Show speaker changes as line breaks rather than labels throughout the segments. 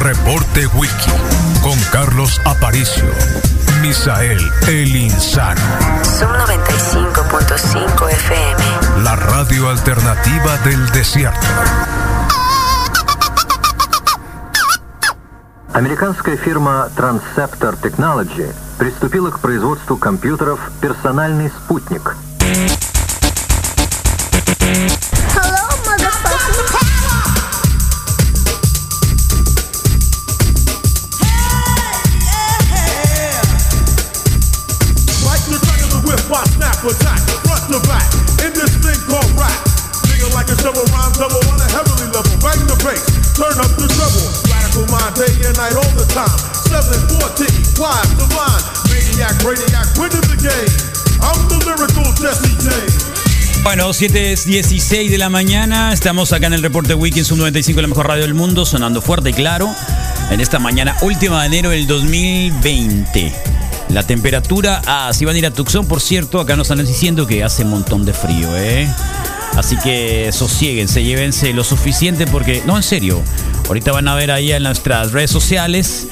Reporte Wiki con Carlos Aparicio. Misael El Insano.
Son 95.5 FM.
La radio alternativa del desierto.
Американская фирма Transceptor Technology приступила к производству компьютеров «Персональный спутник».
Turn up the treble, mind day and night all the time. 7 14, live, divine, maniac, radiac, winning the game. I'm the lyrical Jesse James.
Bueno, 7 es 16 de la mañana, estamos acá en el Reporte Weekend Sub 95, la mejor radio del mundo, sonando fuerte y claro, en esta mañana última de enero del 2020. La temperatura, ah, si van a ir a Tucson, por cierto, acá nos están diciendo que hace un montón de frío, ¿eh? Así que sosiéguense, llévense lo suficiente porque, no, en serio, ahorita van a ver ahí en nuestras redes sociales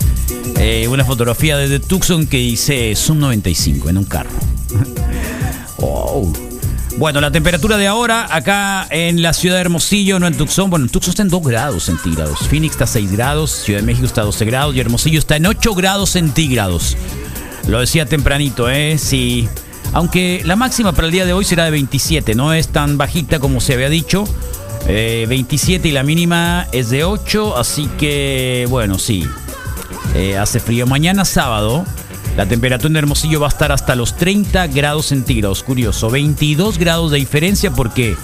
eh, una fotografía desde Tucson que dice Zoom 95 en un carro. oh. Bueno, la temperatura de ahora acá en la ciudad de Hermosillo, no en Tucson. Bueno, en Tucson está en 2 grados centígrados. Phoenix está a 6 grados, Ciudad de México está a 12 grados y Hermosillo está en 8 grados centígrados. Lo decía tempranito, ¿eh? Sí. Aunque la máxima para el día de hoy será de 27, no es tan bajita como se había dicho. Eh, 27 y la mínima es de 8, así que bueno, sí. Eh, hace frío. Mañana sábado, la temperatura en Hermosillo va a estar hasta los 30 grados centígrados. Curioso, 22 grados de diferencia porque...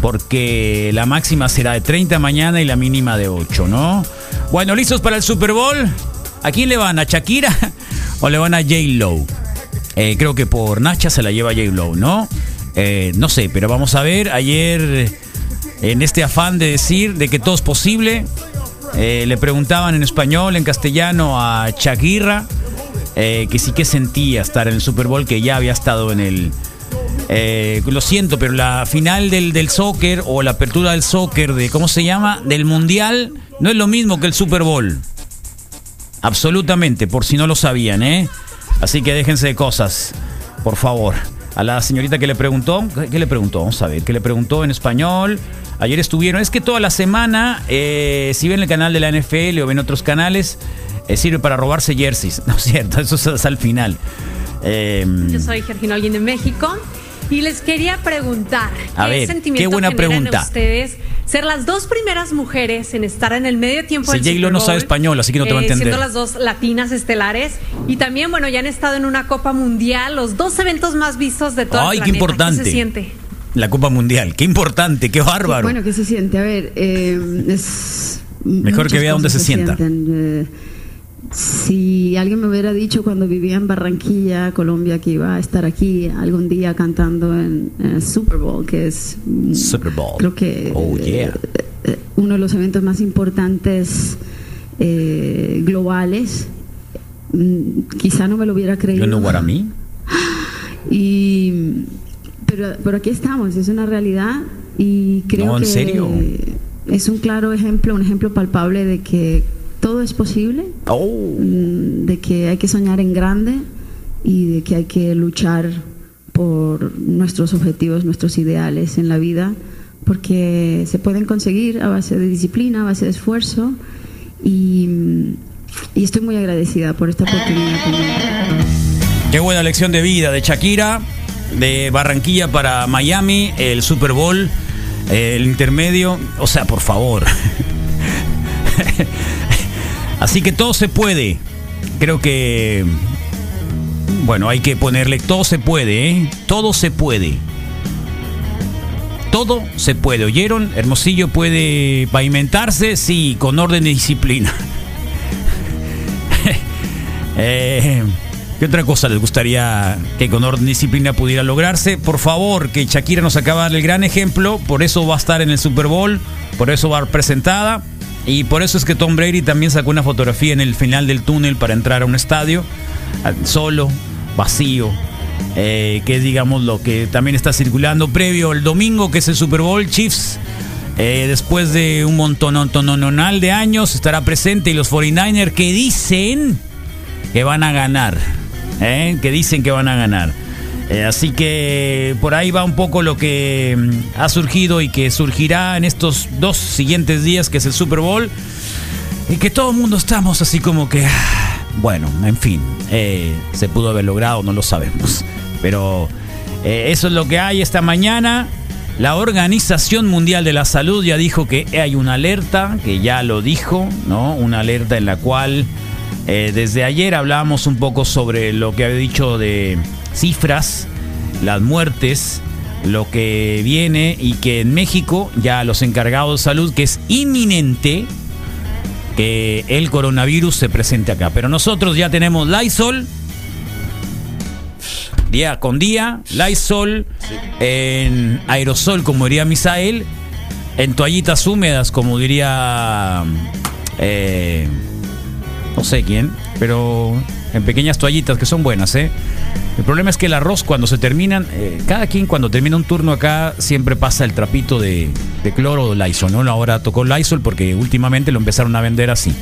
Porque la máxima será de 30 mañana y la mínima de 8, ¿no? Bueno, listos para el Super Bowl. ¿A quién le van? ¿A Shakira o le van a J. Lowe? Eh, creo que por Nacha se la lleva J. Lowe, ¿no? Eh, no sé, pero vamos a ver. Ayer, en este afán de decir de que todo es posible, eh, le preguntaban en español, en castellano a Shakira eh, que sí que sentía estar en el Super Bowl, que ya había estado en el. Eh, lo siento, pero la final del, del soccer o la apertura del soccer, de ¿cómo se llama? Del Mundial, no es lo mismo que el Super Bowl. Absolutamente, por si no lo sabían, ¿eh? Así que déjense de cosas, por favor a la señorita que le preguntó, ¿qué le preguntó? Vamos a ver, ¿qué le preguntó en español? Ayer estuvieron, es que toda la semana, eh, si ven el canal de la NFL o ven otros canales, eh, sirve para robarse jerseys, ¿no es cierto? Eso es, es al final.
Eh,
Mm.
Yo soy Georgina Alguien de México y les quería preguntar,
a ¿qué ver, sentimiento qué buena pregunta.
ustedes ser las dos primeras mujeres en estar en el medio tiempo
si del Bowl, no sabe español, así que no te va a entender.
eh, Siendo las dos latinas estelares y también, bueno, ya han estado en una Copa Mundial, los dos eventos más vistos de todo
Ay,
el
qué importante.
¿Qué se siente?
La Copa Mundial, qué importante, qué bárbaro.
Bueno, ¿qué se siente? A ver, eh, es...
Mejor que vea dónde se, se sienta.
Sienten, eh, si alguien me hubiera dicho cuando vivía en Barranquilla, Colombia, que iba a estar aquí algún día cantando en, en el Super Bowl, que es
Super Bowl.
creo que eh,
oh, yeah.
uno de los eventos más importantes eh, globales, mm, quizá no me lo hubiera creído.
You know what I mean?
Y, pero, pero aquí estamos, es una realidad y creo
no, ¿en
que
serio?
es un claro ejemplo, un ejemplo palpable de que todo es posible,
Oh.
de que hay que soñar en grande y de que hay que luchar por nuestros objetivos, nuestros ideales en la vida, porque se pueden conseguir a base de disciplina, a base de esfuerzo y, y estoy muy agradecida por esta oportunidad. que me dan.
Qué buena lección de vida de Shakira, de Barranquilla para Miami, el Super Bowl, el intermedio. O sea, por favor. Así que todo se puede. Creo que. Bueno, hay que ponerle todo se puede, ¿eh? Todo se puede. Todo se puede. ¿Oyeron? Hermosillo puede pavimentarse, sí, con orden y disciplina. Eh, ¿Qué otra cosa les gustaría que con orden y disciplina pudiera lograrse? Por favor, que Shakira nos acaba de dar el gran ejemplo, por eso va a estar en el Super Bowl, por eso va a ser presentada y por eso es que Tom Brady también sacó una fotografía en el final del túnel para entrar a un estadio, ah, solo, vacío, eh, que es digamos lo que también está circulando previo al domingo que es el Super Bowl Chiefs. Eh, después de un montón, montón de años estará presente y los 49ers que dicen que van a ganar. ¿eh? Que dicen que van a ganar. Eh, así que por ahí va un poco lo que mm, ha surgido y que surgirá en estos dos siguientes días, que es el Super Bowl. Y que todo el mundo estamos así como que, ah, bueno, en fin, eh, se pudo haber logrado, no lo sabemos. Pero eh, eso es lo que hay esta mañana. La Organización Mundial de la Salud ya dijo que hay una alerta, que ya lo dijo, ¿no? Una alerta en la cual eh, desde ayer hablábamos un poco sobre lo que había dicho de cifras, las muertes, lo que viene y que en México ya los encargados de salud, que es inminente que el coronavirus se presente acá. Pero nosotros ya tenemos Lysol, día con día, Lysol en aerosol, como diría Misael, en toallitas húmedas, como diría... eh, no sé quién, pero en pequeñas toallitas que son buenas, ¿eh? El problema es que el arroz cuando se terminan, eh, cada quien cuando termina un turno acá siempre pasa el trapito de, de cloro o Lysol, ¿no? Ahora tocó Lysol porque últimamente lo empezaron a vender así.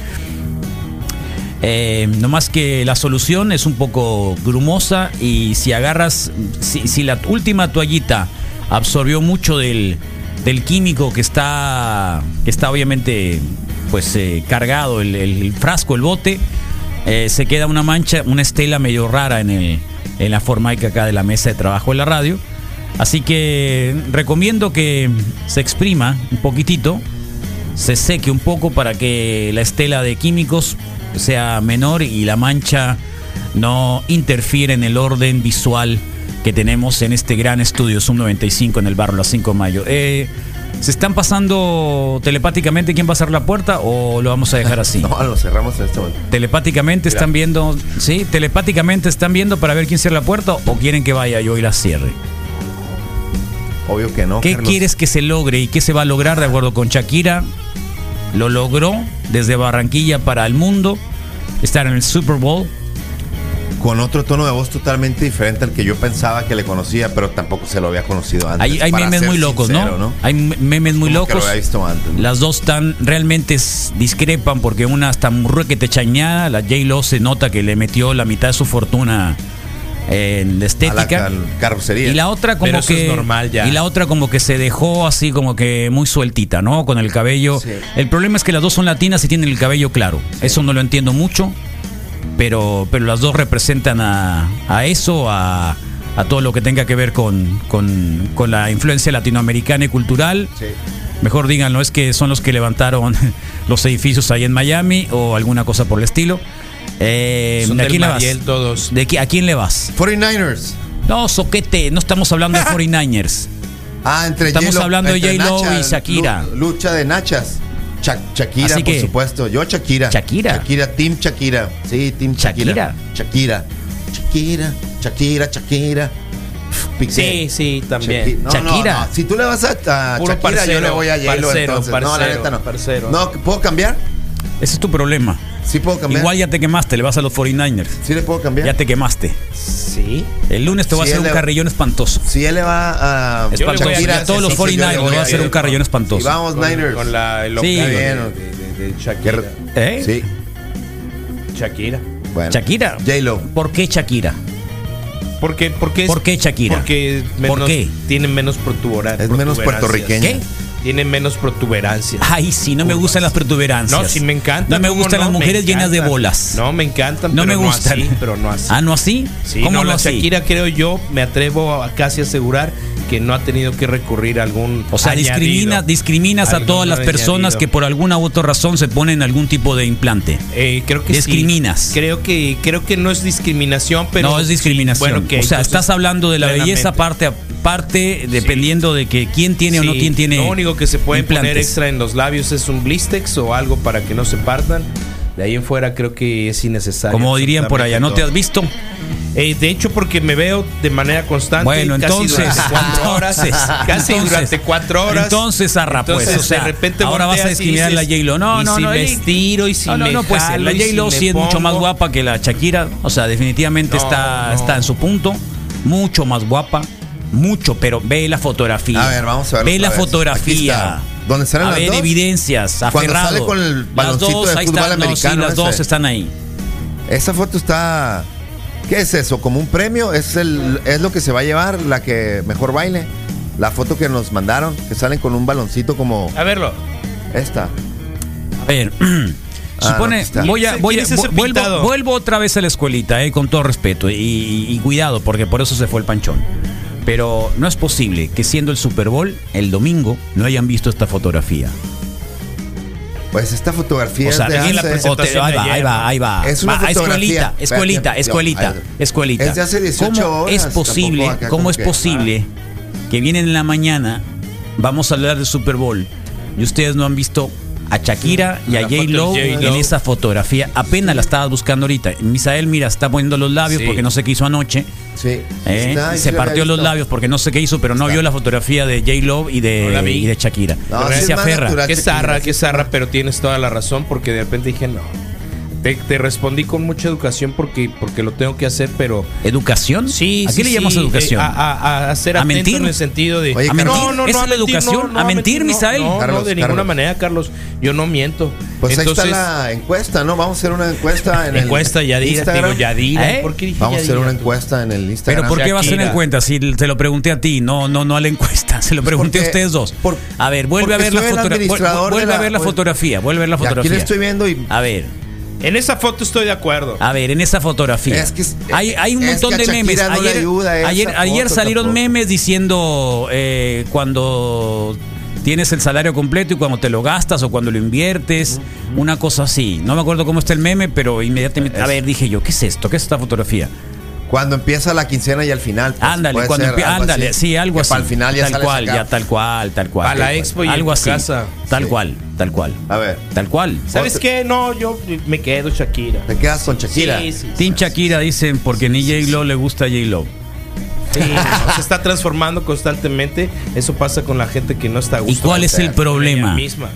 Eh, no más que la solución es un poco grumosa y si agarras, si, si la última toallita absorbió mucho del, del químico que está, que está obviamente pues eh, cargado el, el frasco, el bote, eh, se queda una mancha, una estela medio rara en, el, en la formaica acá de la mesa de trabajo de la radio. Así que recomiendo que se exprima un poquitito, se seque un poco para que la estela de químicos sea menor y la mancha no interfiere en el orden visual que tenemos en este gran estudio Zoom 95 en el barrio Las 5 de mayo. Eh, ¿Se están pasando telepáticamente quién va a hacer la puerta o lo vamos a dejar así?
No, lo cerramos en este momento.
Telepáticamente están viendo, sí, telepáticamente están viendo para ver quién cierra la puerta o quieren que vaya yo y la cierre.
Obvio que no.
¿Qué
Carlos.
quieres que se logre y qué se va a lograr de acuerdo con Shakira? Lo logró desde Barranquilla para el mundo, estar en el Super Bowl.
Con otro tono de voz totalmente diferente al que yo pensaba que le conocía, pero tampoco se lo había conocido antes.
Hay, hay
para
memes
ser
muy locos,
sincero,
¿no? Hay memes muy
Como que
locos.
lo había visto antes, ¿no?
Las dos están realmente s- discrepan porque una está muy te chañada, la J Lo se nota que le metió la mitad de su fortuna en la
A la
estética.
car- carrocería.
Y la otra como
Pero eso
que
es normal ya.
y la otra como que se dejó así como que muy sueltita, ¿no? Con el cabello.
Sí.
El problema es que las dos son latinas y tienen el cabello claro. Eso no lo entiendo mucho, pero pero las dos representan a, a eso, a, a todo lo que tenga que ver con, con, con la influencia latinoamericana y cultural.
Sí.
Mejor díganlo, es que son los que levantaron los edificios ahí en Miami o alguna cosa por el estilo. Eh,
Son
¿A
del
quién le vas?
Mariel todos.
¿De qui- ¿A quién le vas?
49ers.
No, soquete, no estamos hablando de 49ers.
Ah, entre
Estamos
J-Lo-
hablando de
entre
J-Lo y
Nacha,
Shakira.
lu- Lucha de Nachas. Cha- Shakira,
Así que-
por supuesto. Yo, Shakira.
Shakira.
Shakira, Team Shakira. Sí, Team Shakira. Shakira. Shakira. Shakira, Shakira.
Sí,
Piqué.
sí, también.
Shakira. No,
Shakira.
No, no. Si tú le vas a, a
Puro
Shakira, yo
parcero,
le voy a J-Lo
parcero,
entonces. no, la
parcero,
neta no.
parcero.
No, ¿puedo cambiar?
Ese es tu problema.
Sí puedo cambiar.
Igual ya te quemaste, le vas a los 49ers.
Sí le puedo cambiar.
Ya te quemaste.
Sí.
El lunes te va a
Sí,
hacer un
le-
carrillón espantoso.
Si él le va a...
Es para
voy a-
Shakira,
Shakira,
a todos los
sí, sí, yo le voy
49ers le va a
a
hacer
ir.
un carrillón
Y
espantoso.
vamos, Niners.
Con la el
Sí.
local
Está
bien.
de, de- de Shakira.
¿Eh?
Sí.
Shakira.
Bueno.
Shakira.
J-Lo.
¿Por qué Shakira?
¿Por qué, por qué, es-
¿Por qué Shakira?
Porque menos,
¿Por qué?
tiene menos protuberancia.
Es menos puertorriqueña.
¿Qué?
Tiene menos protuberancia.
Ay, sí, no me
Curvas.
gustan las protuberancias.
No, sí me encanta.
No me
¿cómo
gustan las
Me
mujeres llenas de
encantan.
bolas. No,
No, me encantan, pero
me
no
gustan.
así, pero no así.
¿Ah, no así?
Sí,
¿Cómo
no,
no,
la
así?
Shakira creo yo, me atrevo a casi asegurar que no ha tenido que recurrir a algún
O sea,
añadido.
discrimina, discriminas a
Algún
todas las personas
añadido.
que por alguna u otra razón se ponen algún tipo de implante.
Eh, creo que sí.
discriminas.
Creo que creo que no es discriminación, pero
no es discriminación.
Bueno, que
o sea,
entonces,
estás hablando de la
plenamente.
belleza parte a parte, dependiendo de que quién tiene o no
Sí,
quién tiene.
Lo único que se puede poner
implantes.
extra en los labios es un blistex o algo para que no se partan. De ahí en fuera creo que es innecesario.
Como dirían por allá, ¿no te has visto?
Eh, de hecho, porque me veo de manera constante.
Bueno,
casi
entonces,
durante cuatro horas.
entonces,
casi
entonces,
durante cuatro horas.
entonces, arra, pues,
Entonces,
o sea,
de repente
ahora vas a
volteas y
discriminar a la
dices,
J-Lo. No,
y
no,
si
no,
me
ey.
estiro y si
no, no,
me
no puede ser. La
jalo y si
J-Lo
me
sí es mucho más
pongo.
guapa que la Shakira. O sea, definitivamente
No,
está,
no.
está en su punto. Mucho más guapa. Mucho, pero ve la fotografía.
A ver, vamos a ver
Ve
otra
la
vez. Aquí está.
fotografía.
¿Dónde estarán
a
las
ver,
dos?
evidencias,
Cuando
aferrado.
sale con el baloncito
las dos,
de
ahí
fútbol
están, no, sí,
americano
las
ese.
dos están ahí.
Esa foto está. ¿Qué es eso? ¿Como un premio? ¿Es, el, ¿Es lo que se va a llevar la que mejor baile? La foto que nos mandaron, que salen con un baloncito como
A verlo.
esta.
A ver.
Ah, no,
Supone,
está.
voy a,
¿Quién
voy a-
es ese
vu- vuelvo,
pintado?
vuelvo otra vez a la escuelita, eh, con todo respeto y, y- y cuidado, porque por eso se fue el panchón. Pero no es posible que siendo el Super Bowl el domingo no hayan visto esta fotografía.
Pues esta fotografía
O sea,
es de
en la
hace-
o te- ahí, va,
de
ahí
ayer,
va, ahí va.
Es una
Va,
fotografía.
escuelita, escuelita,
Espérate,
escuelita,
yo-
escuelita.
Es de hace 18
¿Cómo
horas,
Es posible,
tampoco acá
¿Cómo
como
es
que-
posible que vienen en la mañana, vamos a hablar del Super Bowl, y ustedes no han visto a Shakira y
A
a
la
J.
foto
Lo
de J.Lo.
en esa fotografía? Apenas la estabas buscando ahorita. Misael, mira, está poniendo los labios
Sí.
porque no sé qué hizo anoche.
Ah, Sí.
¿eh?
Está, sí
se
la había
partió los
visto.
labios porque no sé qué hizo, pero no
Está.
vio la fotografía de J. Lo y
No
de,
la vi.
y de Shakira.
No,
Y
sí es
se
más
aferra.
natural.
Qué
Gracias,
zarra,
gracias.
qué zarra, pero tienes toda la razón porque de repente dije no. Te, te respondí con mucha educación porque, porque lo tengo que hacer, pero
¿Educación?
sí.
¿A qué
sí,
le llamas
sí,
educación?
eh, a, a- a ser
¿A
atento
mentir?
en el sentido de.
Oye, ¿A Carlos. mentir?
¿Esa es la educación? ¿A mentir,
no,
Misael?
No, no,
Carlos,
de ninguna
Carlos.
manera, Carlos. Yo no miento.
Pues
Entonces,
ahí está la encuesta, ¿no? Vamos a hacer una encuesta en el
encuesta Yadira, te digo
Instagram.
Yadira.
¿Eh?
¿Por qué dije
Vamos a hacer
Yadira?
una encuesta en el Instagram.
Pero ¿por qué va a ser en
Shakira.
cuenta? Si te lo pregunté a ti, no, no, no a la encuesta, se lo pregunté a
Pues porque-
ustedes dos.
por-
a ver, vuelve
porque
a ver la
soy el
fotografía.
administrador
Vuelve
de
a ver la
la-
fotografía, vuelve a ver la
Y
fotografía.
aquí la estoy viendo y
A ver,
En esa foto estoy de acuerdo.
a ver, en esa fotografía.
Es que es-
hay, hay un
es
montón
que a
de memes.
Shakira no le
ayer
ayuda a esa
ayer, ayer
foto
salieron
tampoco.
memes diciendo eh, cuando tienes el salario completo y cuando te lo gastas o cuando lo inviertes, una cosa así. No me acuerdo cómo está el meme, pero inmediatamente... A ver, dije yo, ¿qué es esto? ¿Qué es esta fotografía?
cuando empieza la quincena y al final. pues,
Ándale,
puede
cuando
ser
empie-
algo
ándale,
así.
sí, algo
Que
así.
Para el final ya
tal
sales
cual,
acá.
ya tal cual, tal cual.
Pa' la
tal cual.
expo y en
algo
tu
así.
casa.
Tal
Sí.
cual, tal cual.
A ver.
Tal cual.
¿Sabes
Otra-
qué? No, yo me quedo Shakira.
Te quedas con Shakira.
Sí, sí.
Team Shakira dicen porque ni J Lo le gusta a J Lo.
Sí, no, se está transformando constantemente. Eso pasa con la gente que no está a
¿Y
gusto.
cuál es el
ella
Ella
problema?
misma.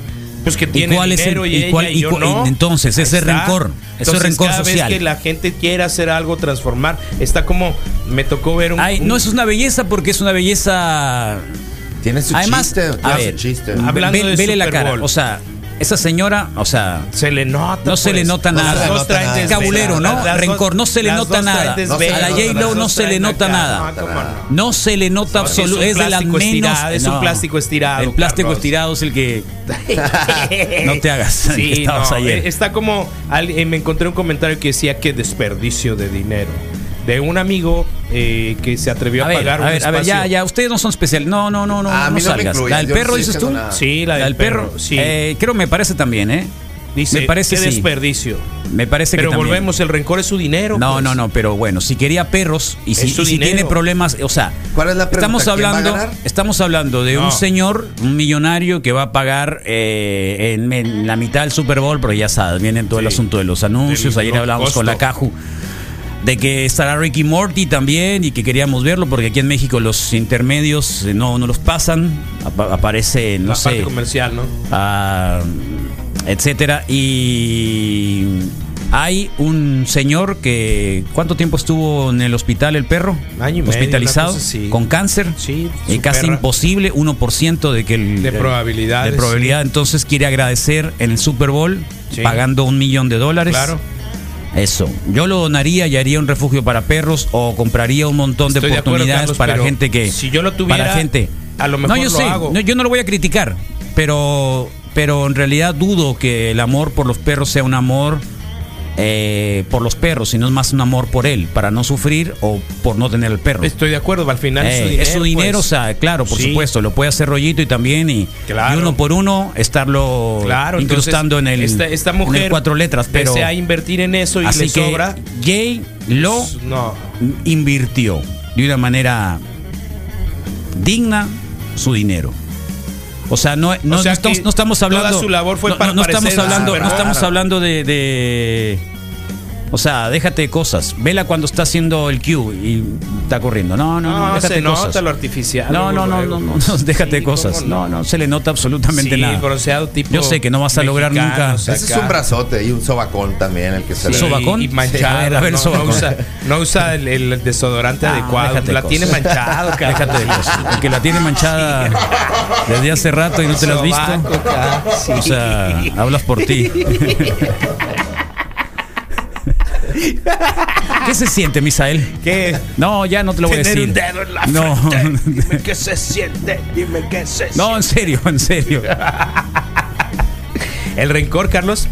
Pues que
¿Y
tiene
cuál es el-
dinero y,
y cuál-
ella y
y
yo
cuál-
no.
entonces, ese
Ahí está.
rencor, ese
Entonces,
rencor
cada
social.
Vez que la gente quiera hacer algo, transformar, está como me tocó ver un,
Ay,
un-
no es una belleza porque es una belleza.
Tiene su
Además,
chiste.
a
tiene su
ver,
chiste.
a ver, Hablando
Ve-
de
vele la
Super
cara,
Bowl.
o sea, esa señora, o sea,
se le nota.
No se le nota
nada.
Las dos traen
nada.
desvelo.
Cabulero, ¿no?
Las dos-
Rencor, no se le
las
nota
dos traen
nada.
desvelo.
A la J-Lo
Las dos
no se le
traen
nota
acá.
nada.
No, Ah, cómo no.
no se le nota
No, es que es un
absolutamente. Es, de las
plástico
menos.
estirado, es un plástico estirado,
El plástico
Carlos.
estirado es el que. no te hagas. el que
Sí,
estabas
no,
ayer.
eh, Está como. al- eh, Me encontré un comentario que decía que desperdicio de dinero. De un amigo eh, que se atrevió a,
a ver,
pagar
a
un
ver, a ver, ya,
espacio.
ya, ustedes no son especiales. No, no, no, no,
A
no,
mí no me
salgas.
incluyen,
la del
yo no
perro,
estoy
dices tú.
diciendo nada.
Sí, la del
perro.
perro, sí.
Eh, creo me parece también, ¿eh?
Dice,
me parece
qué
sí.
desperdicio.
Me parece
Pero
que también.
volvemos, el rencor es su dinero.
No,
pues.
no, no, pero bueno, si quería perros y si,
Es su
y si
dinero.
tiene problemas, o sea,
¿Cuál es la pregunta?
estamos
¿Quién va a
hablando,
ganar?
estamos hablando de un
No.
señor, un millonario que va a pagar eh, en, en la mitad del Super Bowl, pero ya sabes, viene todo el
Sí.
asunto de los anuncios.
Del
Ayer hablamos
costo.
con la Caju de que estará Ricky Morty también y que queríamos verlo porque aquí en México los intermedios eh, no, no los pasan, Apa- aparece no
La
sé,
parte comercial, ¿no?
ah, etcétera. Y hay un señor que ¿cuánto tiempo estuvo en el hospital el perro?
Año y medio,
hospitalizado
una cosa así.
con cáncer.
Sí,
Y
su
casi
perra.
imposible, 1% de que el,
De
el-
probabilidades.
de probabilidad. Entonces quiere agradecer en el Super Bowl
Sí.
pagando un millón de dólares.
Claro.
Eso. Yo lo donaría y haría un refugio para perros o compraría un montón
Estoy
de
de acuerdo,
oportunidades
Carlos,
para
pero
gente que.
si yo lo tuviera,
Para gente.
a lo mejor
no, yo
lo
sé,
hago.
no, yo no lo voy a criticar, pero, pero en realidad dudo que el amor por los perros sea un amor. eh, por los perros, sino es más un amor por él, para no sufrir o por no tener el perro.
Estoy de acuerdo, al final
Eh,
es su dinero.
o
pues.
sea, claro, por
Sí.
supuesto, lo puede hacer rollito y también y,
Claro.
y uno por uno estarlo
Claro,
incrustando
entonces,
en el
esta, esta
en el
mujer
cuatro letras, pero
desea invertir en eso y
así
le
que
sobra.
Jay lo
Pues, no.
invirtió de una manera digna su dinero. O sea, no, no,
sea
no estamos,
que
no estamos hablando.
toda su labor fue
no,
para
no, no estamos
parecer
hablando, no
Superman.
estamos hablando de, de- O sea, déjate de cosas. Vela cuando está haciendo el Q y está corriendo. No, no, no,
No,
déjate
se
de cosas.
nota lo artificial.
No, no, no,
luego,
no, no,
luego.
no, déjate de
Sí, cómo
cosas.
no.
No, no, se le nota absolutamente
Sí,
nada.
bronceado tipo
Yo sé que no vas a lograr
mexicano,
nunca.
o sea,
Ese es
acá.
un brazote y un sobacón también, el que se
Sí,
le
¿Sobacón?
Y manchado.
Sí, a ver, a ver,
no, no
sobacón.
usa, no usa el, el desodorante
No,
adecuado.
Ah, déjate de
La tiene
cosas.
manchado, cara.
Déjate de cosas. El que la tiene manchada desde hace rato y no te la has visto.
Sobaco, cara, sí.
O sea, hablas por ti. ¿Qué se siente, Misael?
¿Qué?
No, ya no te lo voy a
Tener
decir.
un dedo en la
no,
frente. Dime qué se siente. Dime qué se siente.
no, en serio, en serio.
El rencor, Carlos,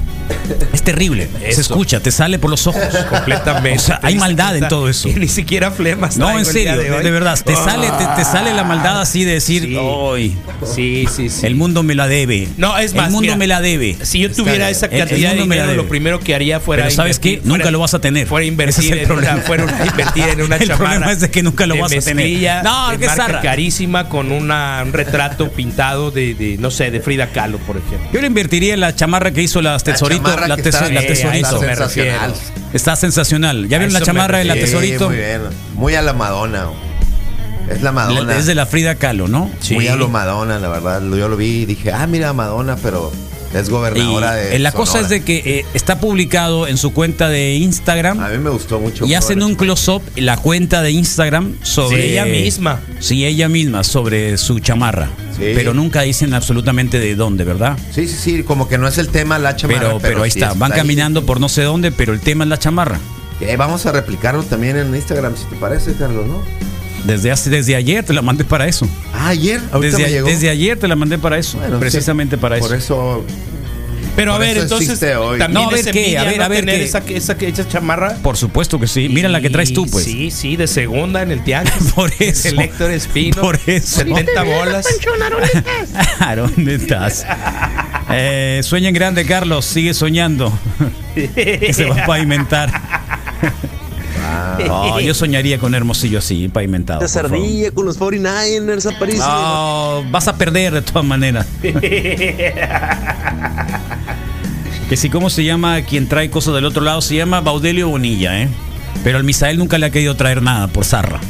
Es terrible. Se
Eso.
escucha, te sale por los ojos.
completamente.
O sea, hay maldad en todo eso.
Y ni siquiera flemas.
No,
traigo
en
el día
serio, de,
hoy.
de verdad, te
Ah.
sale, te, te sale la maldad así de decir,
Sí.
"Ay,
Sí, sí, sí.
el mundo me la debe.
No, es más,
el mundo
mira.
me la debe.
Si yo tuviera esa
El- el
cantidad de
mundo me la
dinero,
debe.
lo primero que haría fuera.
Pero ¿sabes qué?
invertir-
Nunca
fuera-
lo vas a tener.
Fuera
Ese es
invertir,
el
en una,
problema.
fuera un- invertir en una
El
chamarra.
problema es de que nunca lo
de
vas a tener.
mezclilla,
No,
de
qué
marca
zarra.
carísima con una- un retrato pintado de, de, no sé, de Frida Kahlo, por ejemplo.
Yo le invertiría en la chamarra que hizo las tesorito,
chamarra
la,
que
Teso-
está-
la
eh,
tesorito.
está sensacional.
Está sensacional. ¿Ya
A
vieron la
eso me
chamarra de la
refiero.
Sí,
tesorito?
Muy bien. Muy a la Madonna. Es la
La-
Madonna.
es de la Frida Kahlo, ¿no?
Muy a lo Madonna, la verdad. Yo lo vi y dije, ah, mira Madonna, pero es
Y
gobernadora de.
la cosa
Sonora.
es de que eh, está publicado en su cuenta de Instagram.
A mí me gustó mucho.
Y hacen un close-up en la cuenta de Instagram sobre
Sí, ella misma.
Sí, ella misma, sobre su chamarra.
Sí.
Pero nunca dicen absolutamente de dónde, ¿verdad?
Sí, sí, sí, como que no es el tema la chamarra.
pero, pero, ahí
sí
está, van
ahí.
caminando por no sé dónde, pero el tema es la chamarra.
Eh, vamos a replicarlo también en Instagram, si te parece, Carlos, ¿no?
Desde hace, desde ayer te la mandé para eso.
Ah, ayer, ahorita
Desde,
me llegó.
desde ayer te la mandé para eso.
Bueno,
precisamente
sí,
para eso.
Por eso.
Pero a
Por
ver,
eso
entonces,
existe hoy.
también
No, a ver
es
qué,
envidia
a ver,
no
a ver
tener
qué.
esa, esa, esa chamarra.
Por supuesto que sí. Mira la que traes tú, pues.
Sí, sí, de segunda en el tianguis.
Por eso.
El Héctor Espino.
Por eso.
70 bolas.
¿A Ah, dónde estás? Eh, sueña en grande, Carlos. Sigue soñando. que se va a pavimentar. No, yo soñaría con Hermosillo así, pavimentado. por favor.
con los 49ers aparece.
No, vas a perder de todas maneras. que si, ¿cómo se llama quien trae cosas del otro lado? Se llama Baudelio Bonilla, ¿eh? Pero al Misael nunca le ha querido traer nada por zarra.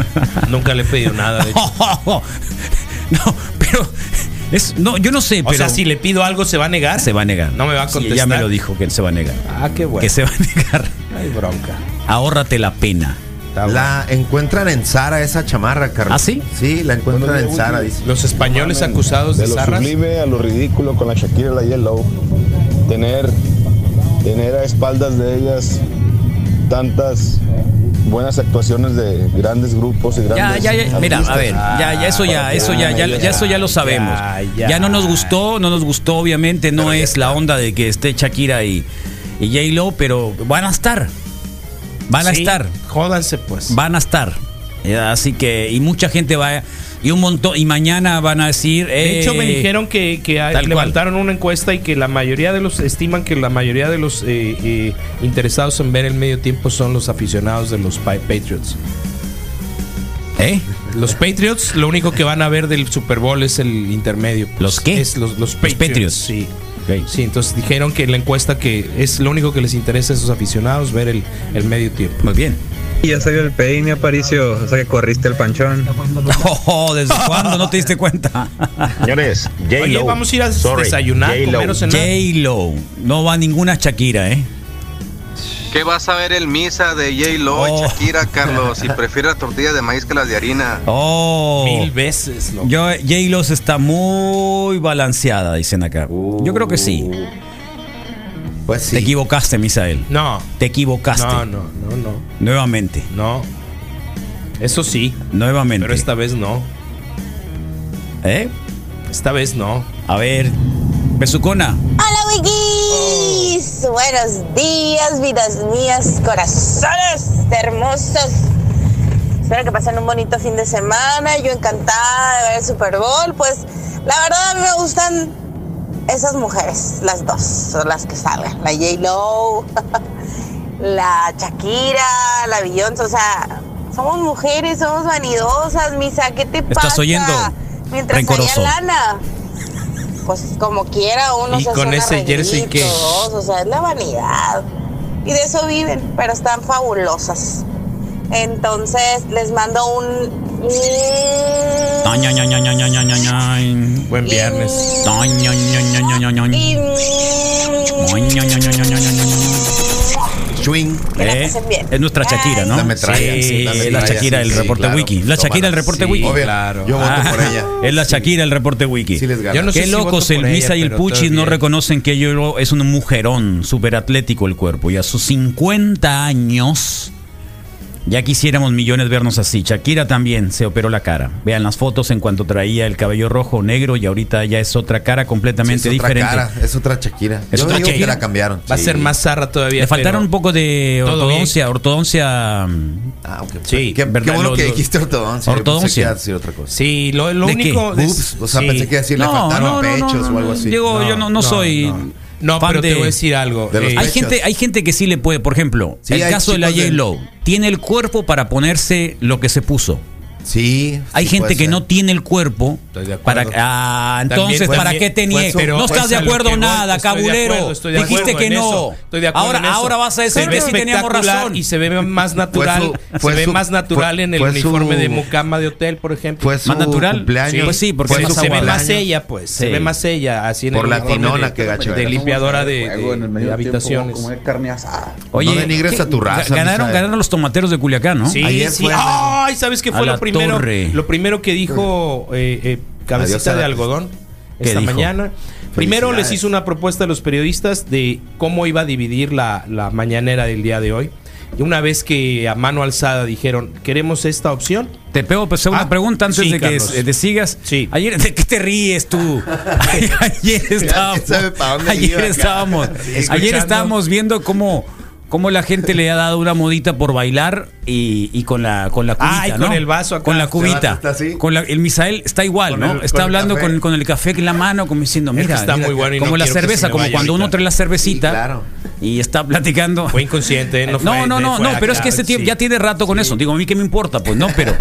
Nunca le he pedido nada. de hecho.
no, pero. Es, no, yo no sé,
o
pero.
sea, si le pido algo, ¿se va a negar?
se va a negar.
No me va a
Sí, ya
contestar.
me lo dijo que se va a negar.
Ah, qué bueno.
Que se va a negar.
Ay, bronca.
Ahórrate la pena.
La encuentran en Sara esa chamarra, Carlos.
¿Ah, sí?
Sí, la encuentran en Sara, dice.
Los españoles acusados de, zarras.
a lo ridículo con la Shakira y la Yellow. Tener, tener a espaldas de ellas tantas buenas actuaciones de grandes grupos y
Ya, ya, ya, mira, a ver, ya, ya, eso ya,
Ah,
eso ya, ya, ya, eso ya lo sabemos.
Ya,
Ya,
ya.
no nos gustó, no nos gustó, obviamente, no es la onda de que esté Shakira y, y J Lo, pero van a estar, van a
Sí,
estar,
Jódanse, pues.
van a estar. Eh, Así que y mucha gente va y un montón y mañana van a decir.
De hecho, me
eh,
dijeron que, que hay-
tal cual.
levantaron una encuesta y que la mayoría de los, estiman que la mayoría de los eh, eh, interesados en ver el medio tiempo son los aficionados de los Pa- Patriots.
¿eh?
Los Patriots, lo único que van a ver del Super Bowl es el intermedio. pues.
¿Los qué?
Es los, los Patriots.
Patriots.
Sí.
Ok.
Sí, entonces dijeron que en la encuesta que es lo único que les interesa a esos aficionados ver el, el medio tiempo.
Muy bien.
Ya salió el peine, Aparicio. O sea que corriste el panchón.
Oh, ¿Desde cuándo no te diste
Ah,
cuenta?
Señores,
Oye, vamos a ir a desayunar, comer o cenar.
J Lo, no va ninguna Shakira, ¿eh?
¿Qué vas a ver el misa de J-Lo
Oh.
y Shakira, Carlos? Si prefieres las tortillas de maíz que las de harina.
Oh.
Mil veces, loco.
Yo, J-Los está muy balanceada, dicen acá. Yo creo que sí.
Uh,
Pues sí.
Te equivocaste, Misael.
No.
Te equivocaste.
No, no, no, no.
Nuevamente.
No. Eso sí,
Nuevamente.
pero esta vez no.
¿Eh?
Esta vez no.
A ver. Besucona.
Hola Wikis, buenos días, vidas mías, corazones hermosos. Espero que pasen un bonito fin de semana. Yo encantada de ver el Super Bowl. Pues la verdad a mí me gustan esas mujeres, las dos, son las que salgan. La J Lo, la Shakira, la Beyoncé, o sea, somos mujeres, somos vanidosas, Misa, ¿qué te pasa?
Estás oyendo,
Mientras haya
rencoroso.
lana. pues como quiera uno
Y
se hace
con
un
ese jersey
arreglito,
que-
dos, o sea, es la vanidad. Y de eso viven, pero están fabulosas. Entonces les mando un
Ay, ay, ay, ay, ay, ay, ay, ay, ay.
Buen viernes.
Ay, ay, ay, ay, ay, ay, ay. Ay, ay, ay, ay, ay, ay, ay.
Que la
Eh,
pasen bien.
Es nuestra Shakira, ¿no?
La metralla, sí, la
es la
metralla,
Shakira
sí,
del
sí,
reporte
claro.
Wiki. La Shakira del reporte
Sí,
Wiki.
obvio, claro. Yo voto por ella.
Es la Shakira del reporte Wiki.
gana. Yo no sé
Qué
si
locos
voto
el
por
Misa
ella,
y el
pero
Puchis
todo
no
bien.
reconocen que yo es un mujerón, súper atlético el cuerpo. Y a sus 50 años. Ya quisiéramos millones vernos así. Shakira también se operó la cara. Vean las fotos en cuanto traía el cabello rojo o negro y ahorita ya es otra cara completamente
es otra
diferente.
cara, es otra Shakira.
Es
Yo
otra
digo que
Shakira.
la cambiaron.
Va a ser más zarra todavía.
Le faltaron un
pero-
poco de
Todo
ortodoncia, ortodoncia.
Ah, ok.
Sí,
Qué, qué
¿verdad?
bueno
Lo-
que
lo-
dijiste ortodoncia. yo pensé que iba a
Ortodoncia.
decir otra cosa.
Sí, lo, lo
¿De
único.
qué?
de-
Ups, o sea,
sí.
pensé que iba a decir le
No,
faltaron
no, no,
pechos
no,
o algo así.
Digo, yo no, no soy.
No,
fan
pero
de-
te voy a decir algo.
de los
Eh,
Hay
Pechos.
gente, hay gente que sí le puede, por ejemplo,
Sí,
el
hay
caso de la
chicos de-
J-Lo, tiene el cuerpo para ponerse lo que se puso.
Sí.
Hay
sí
gente
puede
que
ser.
no tiene el cuerpo.
Estoy de
Para,
acuerdo.
ah,
También,
entonces,
pues,
¿para
también,
qué tenía?
pues, pero-
no estás
pues,
de
a lo
acuerdo
que voy,
nada,
estoy de
cabulero.
acuerdo, estoy de
Dijiste
acuerdo
que
en
no.
eso, estoy de acuerdo
ahora,
en eso.
ahora vas a
Se
decir
ve
que sí teníamos
espectacular
razón.
Y se ve más natural.
su- fue
se ve
su-
más natural
fue-
en el
fue su-
uniforme de mucama de hotel, por ejemplo.
Fue su
Más natural.
cumpleaños.
Pues sí, porque
Fue
se,
es
su
más
se ve
aguada.
más
cumpleaños.
ella, pues. Se
Sí.
ve más ella. Así en
Por
el uniforme
latinona,
de-
qué gacho.
De limpiadora de,
Juego en el medio
de- de
tiempo,
habitaciones.
vamos a comer carne asada.
Oye,
No denigres
¿qué?
a tu raza,
Ganaron,
Misael.
ganaron los tomateros de Culiacán, ¿no?
Sí,
Ayer
sí.
fue-
Ay, ¿sabes qué
A
fue
la
lo primero?
torre.
Lo primero que dijo eh, eh,
Adiós a
Cabecita
la-
de Algodón
¿Qué
esta
dijo?
mañana. Primero les
Felicidades.
hizo una propuesta a los periodistas de cómo iba a dividir la, la mañanera del día de hoy. Y una vez que a mano alzada dijeron, queremos esta opción,
Te pego pues, una
Ah,
pregunta antes
sí,
de que
Carlos.
eh, te sigas.
Sí.
Ayer, ¿de qué te ríes tú? Ay, ayer estábamos.
sabe pa' dónde iba
Ayer
acá.
estábamos. Ayer
escuchando.
estábamos viendo cómo. Cómo la gente le ha dado una modita por bailar y, y con la con la cubita,
Ah, y
¿no?
con el vaso acá.
Con la
vaso
cubita.
está así.
Con la- el Misael está igual,
Con
¿no?
el- con
está
el
hablando
café.
con, con el café en la mano, como diciendo,
que
mira,
Este está
mira,
muy bueno y no
como la
quiero que se
cerveza,
me
como
vaya
cuando uno
ahorita.
trae la cervecita
Sí, claro.
y está platicando.
fue inconsciente. No,
No,
fue-
no, no,
fue
no,
acá,
pero es que este tiempo
sí.
ya tiene rato con eso. Digo, a mí que me importa, pues no, pero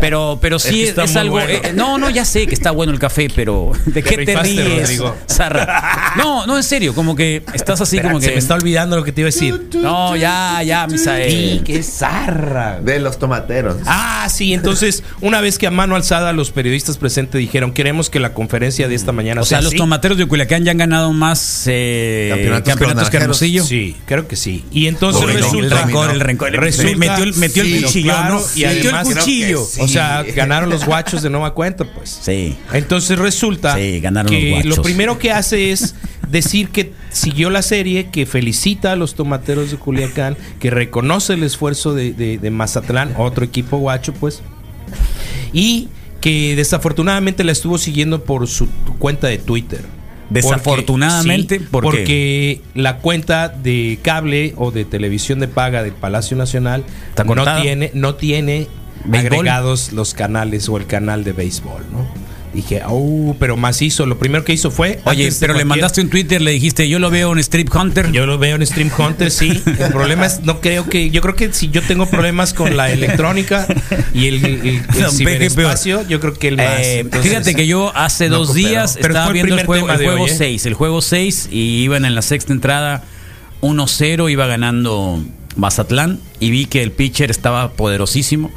pero pero
Es
sí
que
es,
está
es
muy
algo
bueno.
eh, No, no, ya sé que está bueno el café, pero
Te
¿de qué te
rifaste,
ríes,
Rodrigo.
Zarra? No, no en serio, como que estás así
Espera,
como
Se
que
me está olvidando lo que te iba a decir.
No, ya, ya,
Sí,
Misael.
qué zarra.
De los tomateros.
Ah, sí, entonces, una vez que a mano alzada los periodistas presentes dijeron, queremos que la conferencia de esta mañana
O sea, los
así".
tomateros de Culiacán ya han ganado más eh,
Campeonatos
campeonatos,
con
que
naranjeros.
Hermosillo.
Sí, creo que sí. Y entonces
Dominó,
resulta.
el rencor, el rencor. el-
Resulta-
metió el, metió el
sí,
cuchillo,
claro,
¿no?
y
metió el
además- creo que
cuchillo.
sí.
O sea, ganaron los guachos de nueva cuenta, pues.
Sí.
Entonces resulta
Sí, ganaron los
que
guachos.
lo primero que hace es decir que siguió la serie, que felicita a los tomateros de Culiacán, que reconoce el esfuerzo de, de- de Mazatlán, otro equipo guacho, pues. Y que desafortunadamente la estuvo siguiendo por su cuenta de Twitter.
Desafortunadamente,
Porque, sí,
¿por qué?
porque la cuenta de cable o de televisión de paga del Palacio Nacional
Está
no
cortada.
tiene, no tiene
Béisbol.
agregados los canales o el canal de béisbol, ¿no? Dije, oh, pero más hizo. Lo primero que hizo fue.
Oye,
antes de
pero le
cualquier-
mandaste un Twitter, le dijiste, yo lo veo en Strip Hunter.
Yo lo veo en Stream Hunter, sí. El problema es, no creo que. Yo creo que si yo tengo problemas con la electrónica y el, el- el
Don
ciberespacio, yo creo que el más.
Eh,
Entonces,
fíjate que yo hace
no
dos
coopero.
días
Pero
estaba
fue el
viendo
primer
el juego,
tema
el
de
juego
hoy, ¿eh?
6, el juego 6 y iban en la sexta entrada 1-0, iba ganando Mazatlán y vi que el pitcher estaba poderosísimo.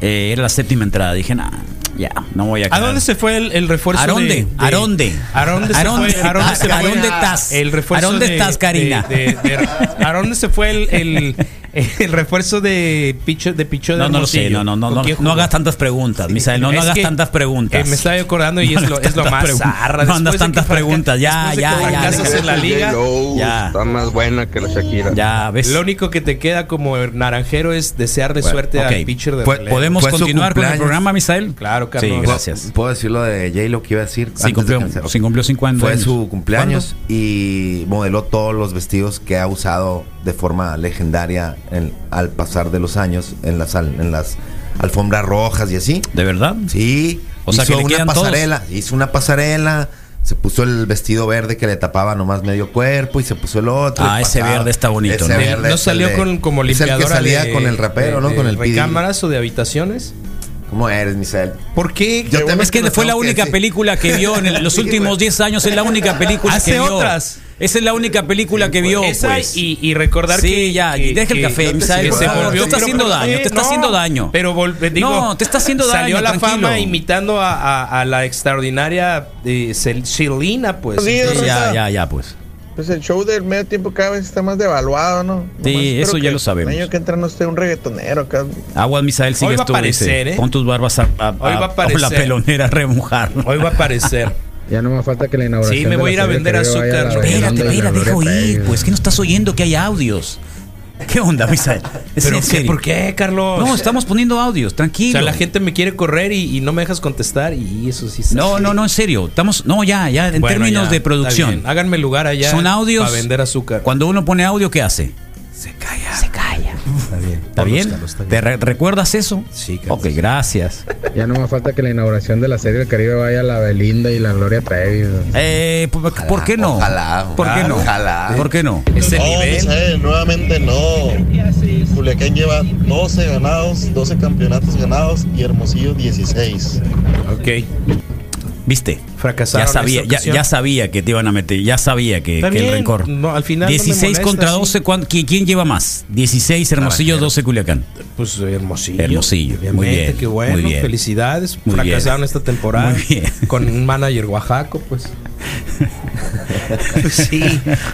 Eh, era la séptima entrada, dije, nah, ya, no voy a
¿A
quedar".
dónde se fue el, el refuerzo?
Aronde,
de- de-
Aronde.
Aronde se
Aronde,
fue. Aronde se fue.
Aronde estás.
El refuerzo
Aronde
de-
estás, Karina.
de- de- de- Aronde se fue el, el, el refuerzo de Picho de Picho de
No, no lo sé,
Hermosillo.
no, no, no,
¿Con
no,
quién
no
jugó?
hagas tantas preguntas, Misael, no, no
Es
hagas
que,
tantas preguntas.
eh, me estaba acordando y
No
es lo,
hagas
es lo
tantas
más
preguntas.
zarra.
No
Después
andas
de que
tantas
fracas-
preguntas, ya,
después de
ya,
que
ya,
fracasas
déjalo.
en la liga.
Ya.
Está más buena que la Shakira.
Ya, ves.
Lo único que te queda como naranjero es desearle
Bueno,
suerte
Ok,
al pitcher de
¿po-
relevo.
¿Podemos
Fue su
continuar con el
cumpleaños.
programa, Misael?
Claro,
Sí,
Carlos.
gracias.
¿Puedo decir lo de J lo que iba a decir? Antes
Sí,
de
cumplió,
cancelar.
sí, cumplió 50
Fue
años.
su cumpleaños y modeló todos los vestidos que ha usado de forma legendaria en- al pasar de los años en las, al- en las alfombras rojas y así.
¿De verdad?
Sí,
O sea, que le
una
quedan todos.
pasarela, hizo una pasarela, se puso el vestido verde que le tapaba nomás medio cuerpo y se puso el otro.
Ah,
el
ese
pasado.
verde está bonito,
Ese
¿no?
verde
no
es el
salió
de-
con, como
es el
limpiadora
que salía
de-
con el rapero,
de-
¿no?
de
Con el pidi.
recámaras o de habitaciones.
¿Cómo eres, Misael?
¿Por qué?
Yo es que fue la única película que vio en el- los últimos 10 años. Es la única película
Hace
que vio.
otras.
Esa es la única película que vio.
Esa
pues.
y, y recordar
Sí,
que.
ya,
que-
deja el
que-
café,
que
Misael,
se
por favor,
volvió-
te está haciendo daño, te está haciendo daño.
Pero vol- eh, digo,
No, te está haciendo
Salió a
daño,
la fama
tranquilo.
imitando a, a- a la extraordinaria eh, Cel- Selena, pues.
Sí,
Entonces,
ya, ya,
pues.
Pues el show del medio tiempo cada vez está más devaluado, ¿no?
Sí,
Nomás espero
eso ya
que
lo sabemos.
El año que entra no esté un reggaetonero. acá.
Agua, Misael, sigues
va a
tú.
aparecer,
dice.
¿eh?
Pon tus barbas a, a-
Hoy va a
a- con la
aparecer.
pelonera a remojar.
Hoy va a aparecer.
Ya no me falta que la inauguración.
Sí, me
de la
voy a ir a
feria
vender
que yo vaya a
azúcar.
la
Espérate,
Veracruz.
espérate, deja oír. Pues que no estás oyendo que hay audios. ¿Qué onda, Misael? Es
¿Pero
en
qué?
serio.
¿Por qué, Carlos?
No, estamos poniendo audios,
O
tranquilo.
sea, la gente me quiere correr y, y no me dejas contestar y eso sí está-
No, no, no, en serio. Estamos, no, ya, ya, en
Bueno,
términos
ya,
de
está
producción.
bien. Háganme lugar allá.
Son audios.
Para vender azúcar.
Cuando uno pone audio, ¿qué hace? Se calla. Se calla. Está bien. ¿Está bien? ¿Te re- recuerdas eso? Sí, Ok, gracias.
Ya no me falta que la inauguración de la serie del Caribe vaya la Belinda y la Gloria Trevi.
Eh, ¿por, por qué no?
ojalá,
¿Por qué no?
ojalá.
¿Por qué no?
no, Misael, nuevamente no. Culiacán lleva 12 ganados, 12 campeonatos ganados y Hermosillo 16.
Ok.
¿Viste?
Fracasaron.
Ya sabía,
esta
ya,
ocasión.
ya sabía que te iban a meter, ya sabía que,
Está
que el
bien,
rencor.
no, al final no me
16
molesta,
contra
sí.
12, ¿cuán- qui- ¿quién lleva más? 16 Hermosillo, 12 Culiacán.
Pues Hermosillo.
Hermosillo. Muy
Obviamente,
bien.
qué bueno,
muy bien.
felicidades.
Muy bien.
Fracasaron esta temporada
Muy bien.
con un manager oaxaco, pues. sí,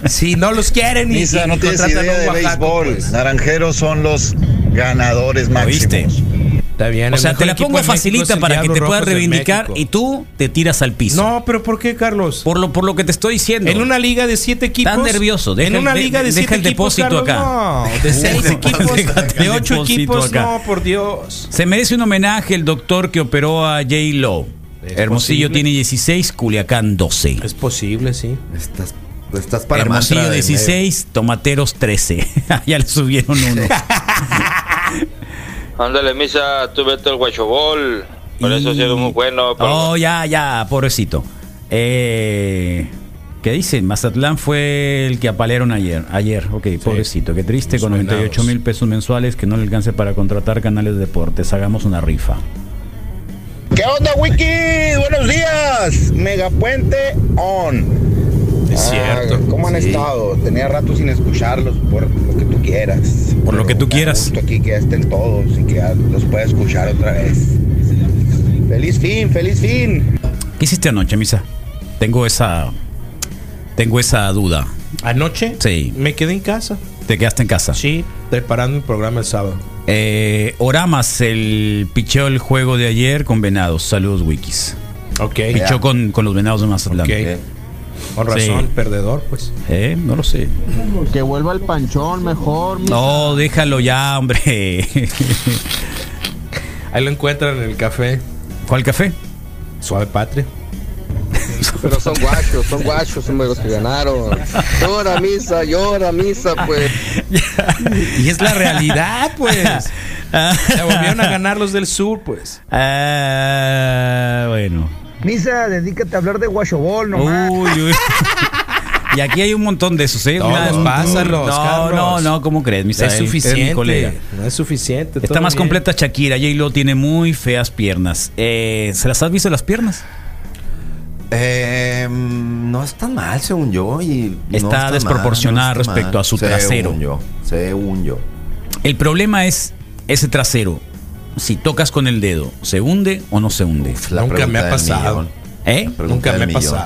sí, no los quieren y,
Misa,
y
no tienes
contratan
idea
a un
de
oaxaco,
béisbol.
pues.
Naranjeros son los ganadores
¿Oíste?
máximos.
Está bien.
O
el
sea,
mejor
te la
equipo
pongo
de México es
facilita
el
para que
Diablo
te puedas
Rojos del
reivindicar
México.
y tú te tiras al piso.
No, pero ¿por qué, Carlos?
Por lo, por lo que te estoy diciendo.
En una liga de siete equipos.
Estás nervioso. Deja
en
el-
una
de-
liga de,
deja
siete
el
equipos,
depósito
Carlos,
acá.
no, de seis
Deja-
equipos,
déjate
de
el
ocho
depósito
equipos,
acá.
no, por Dios.
Se merece un homenaje el doctor que operó a J. Lo. Hermosillo
posible.
tiene 16, Culiacán 12.
Es posible, sí.
Estás, estás para
Hermosillo
mantra de
16, Tomateros 13. ya le subieron uno.
Ándale, misa, tú vete el guachobol. Por eso ha sido muy bueno. pero-
Oh, ya, ya, pobrecito. Eh, ¿Qué dicen? Mazatlán fue el que apalearon ayer. Ayer, ok, pobrecito. Qué triste, con 98 mil pesos mensuales que no le alcance para contratar canales de deportes. Hagamos una rifa.
¿Qué onda, Wiki? Buenos días. Megapuente on. Ah,
Es cierto.
¿Cómo han estado? Tenía rato sin escucharlos por lo que tú quieras.
Por lo que tú quieras.
Justo aquí que ya estén todos y que ya los pueda escuchar otra vez. Feliz fin, feliz fin.
¿Qué hiciste anoche, Misa? Tengo esa. Tengo esa duda.
¿Anoche?
Sí.
Me quedé en casa.
¿Te quedaste en casa?
Sí. Preparando el programa el sábado.
Eh, Oramas, el pichó el juego de ayer con Venados. Saludos, Wikis.
Ok.
Pichó con, con los Venados de Mazatlán.
Ok. Con razón, perdedor, pues.
Eh, no lo sé.
Que vuelva el panchón mejor.
No, déjalo ya, hombre.
Ahí lo encuentran en el café.
¿Cuál café?
Suave Patria.
Pero son guachos, son guachos, hombre, los que ganaron. Llora misa, llora misa, pues.
Y es la realidad, pues. Se volvieron a ganar los del sur, pues.
Ah, bueno.
Misa, dedícate a hablar de guachobol nomás.
Uy, uy. Y aquí hay un montón de esos, ¿eh?
Todos,
Una-
pásalos,
No,
Carlos.
no, no, ¿cómo crees,
No
Misael?
es
Eres mi
suficiente.
colega.
No es suficiente.
Está
todo
más
bien.
completa Shakira. J-Lo tiene muy feas piernas. Eh, ¿Se las has visto las piernas?
Eh, mm, no está mal, según yo. Y no
Está
mal,
desproporcionada
no está
respecto a su
Según
trasero.
yo, según yo.
El problema es ese trasero. Si tocas con el dedo, ¿se hunde o no se hunde?
la Nunca pregunta me ha del pasado. millón.
¿Eh?
Pregunta del millón.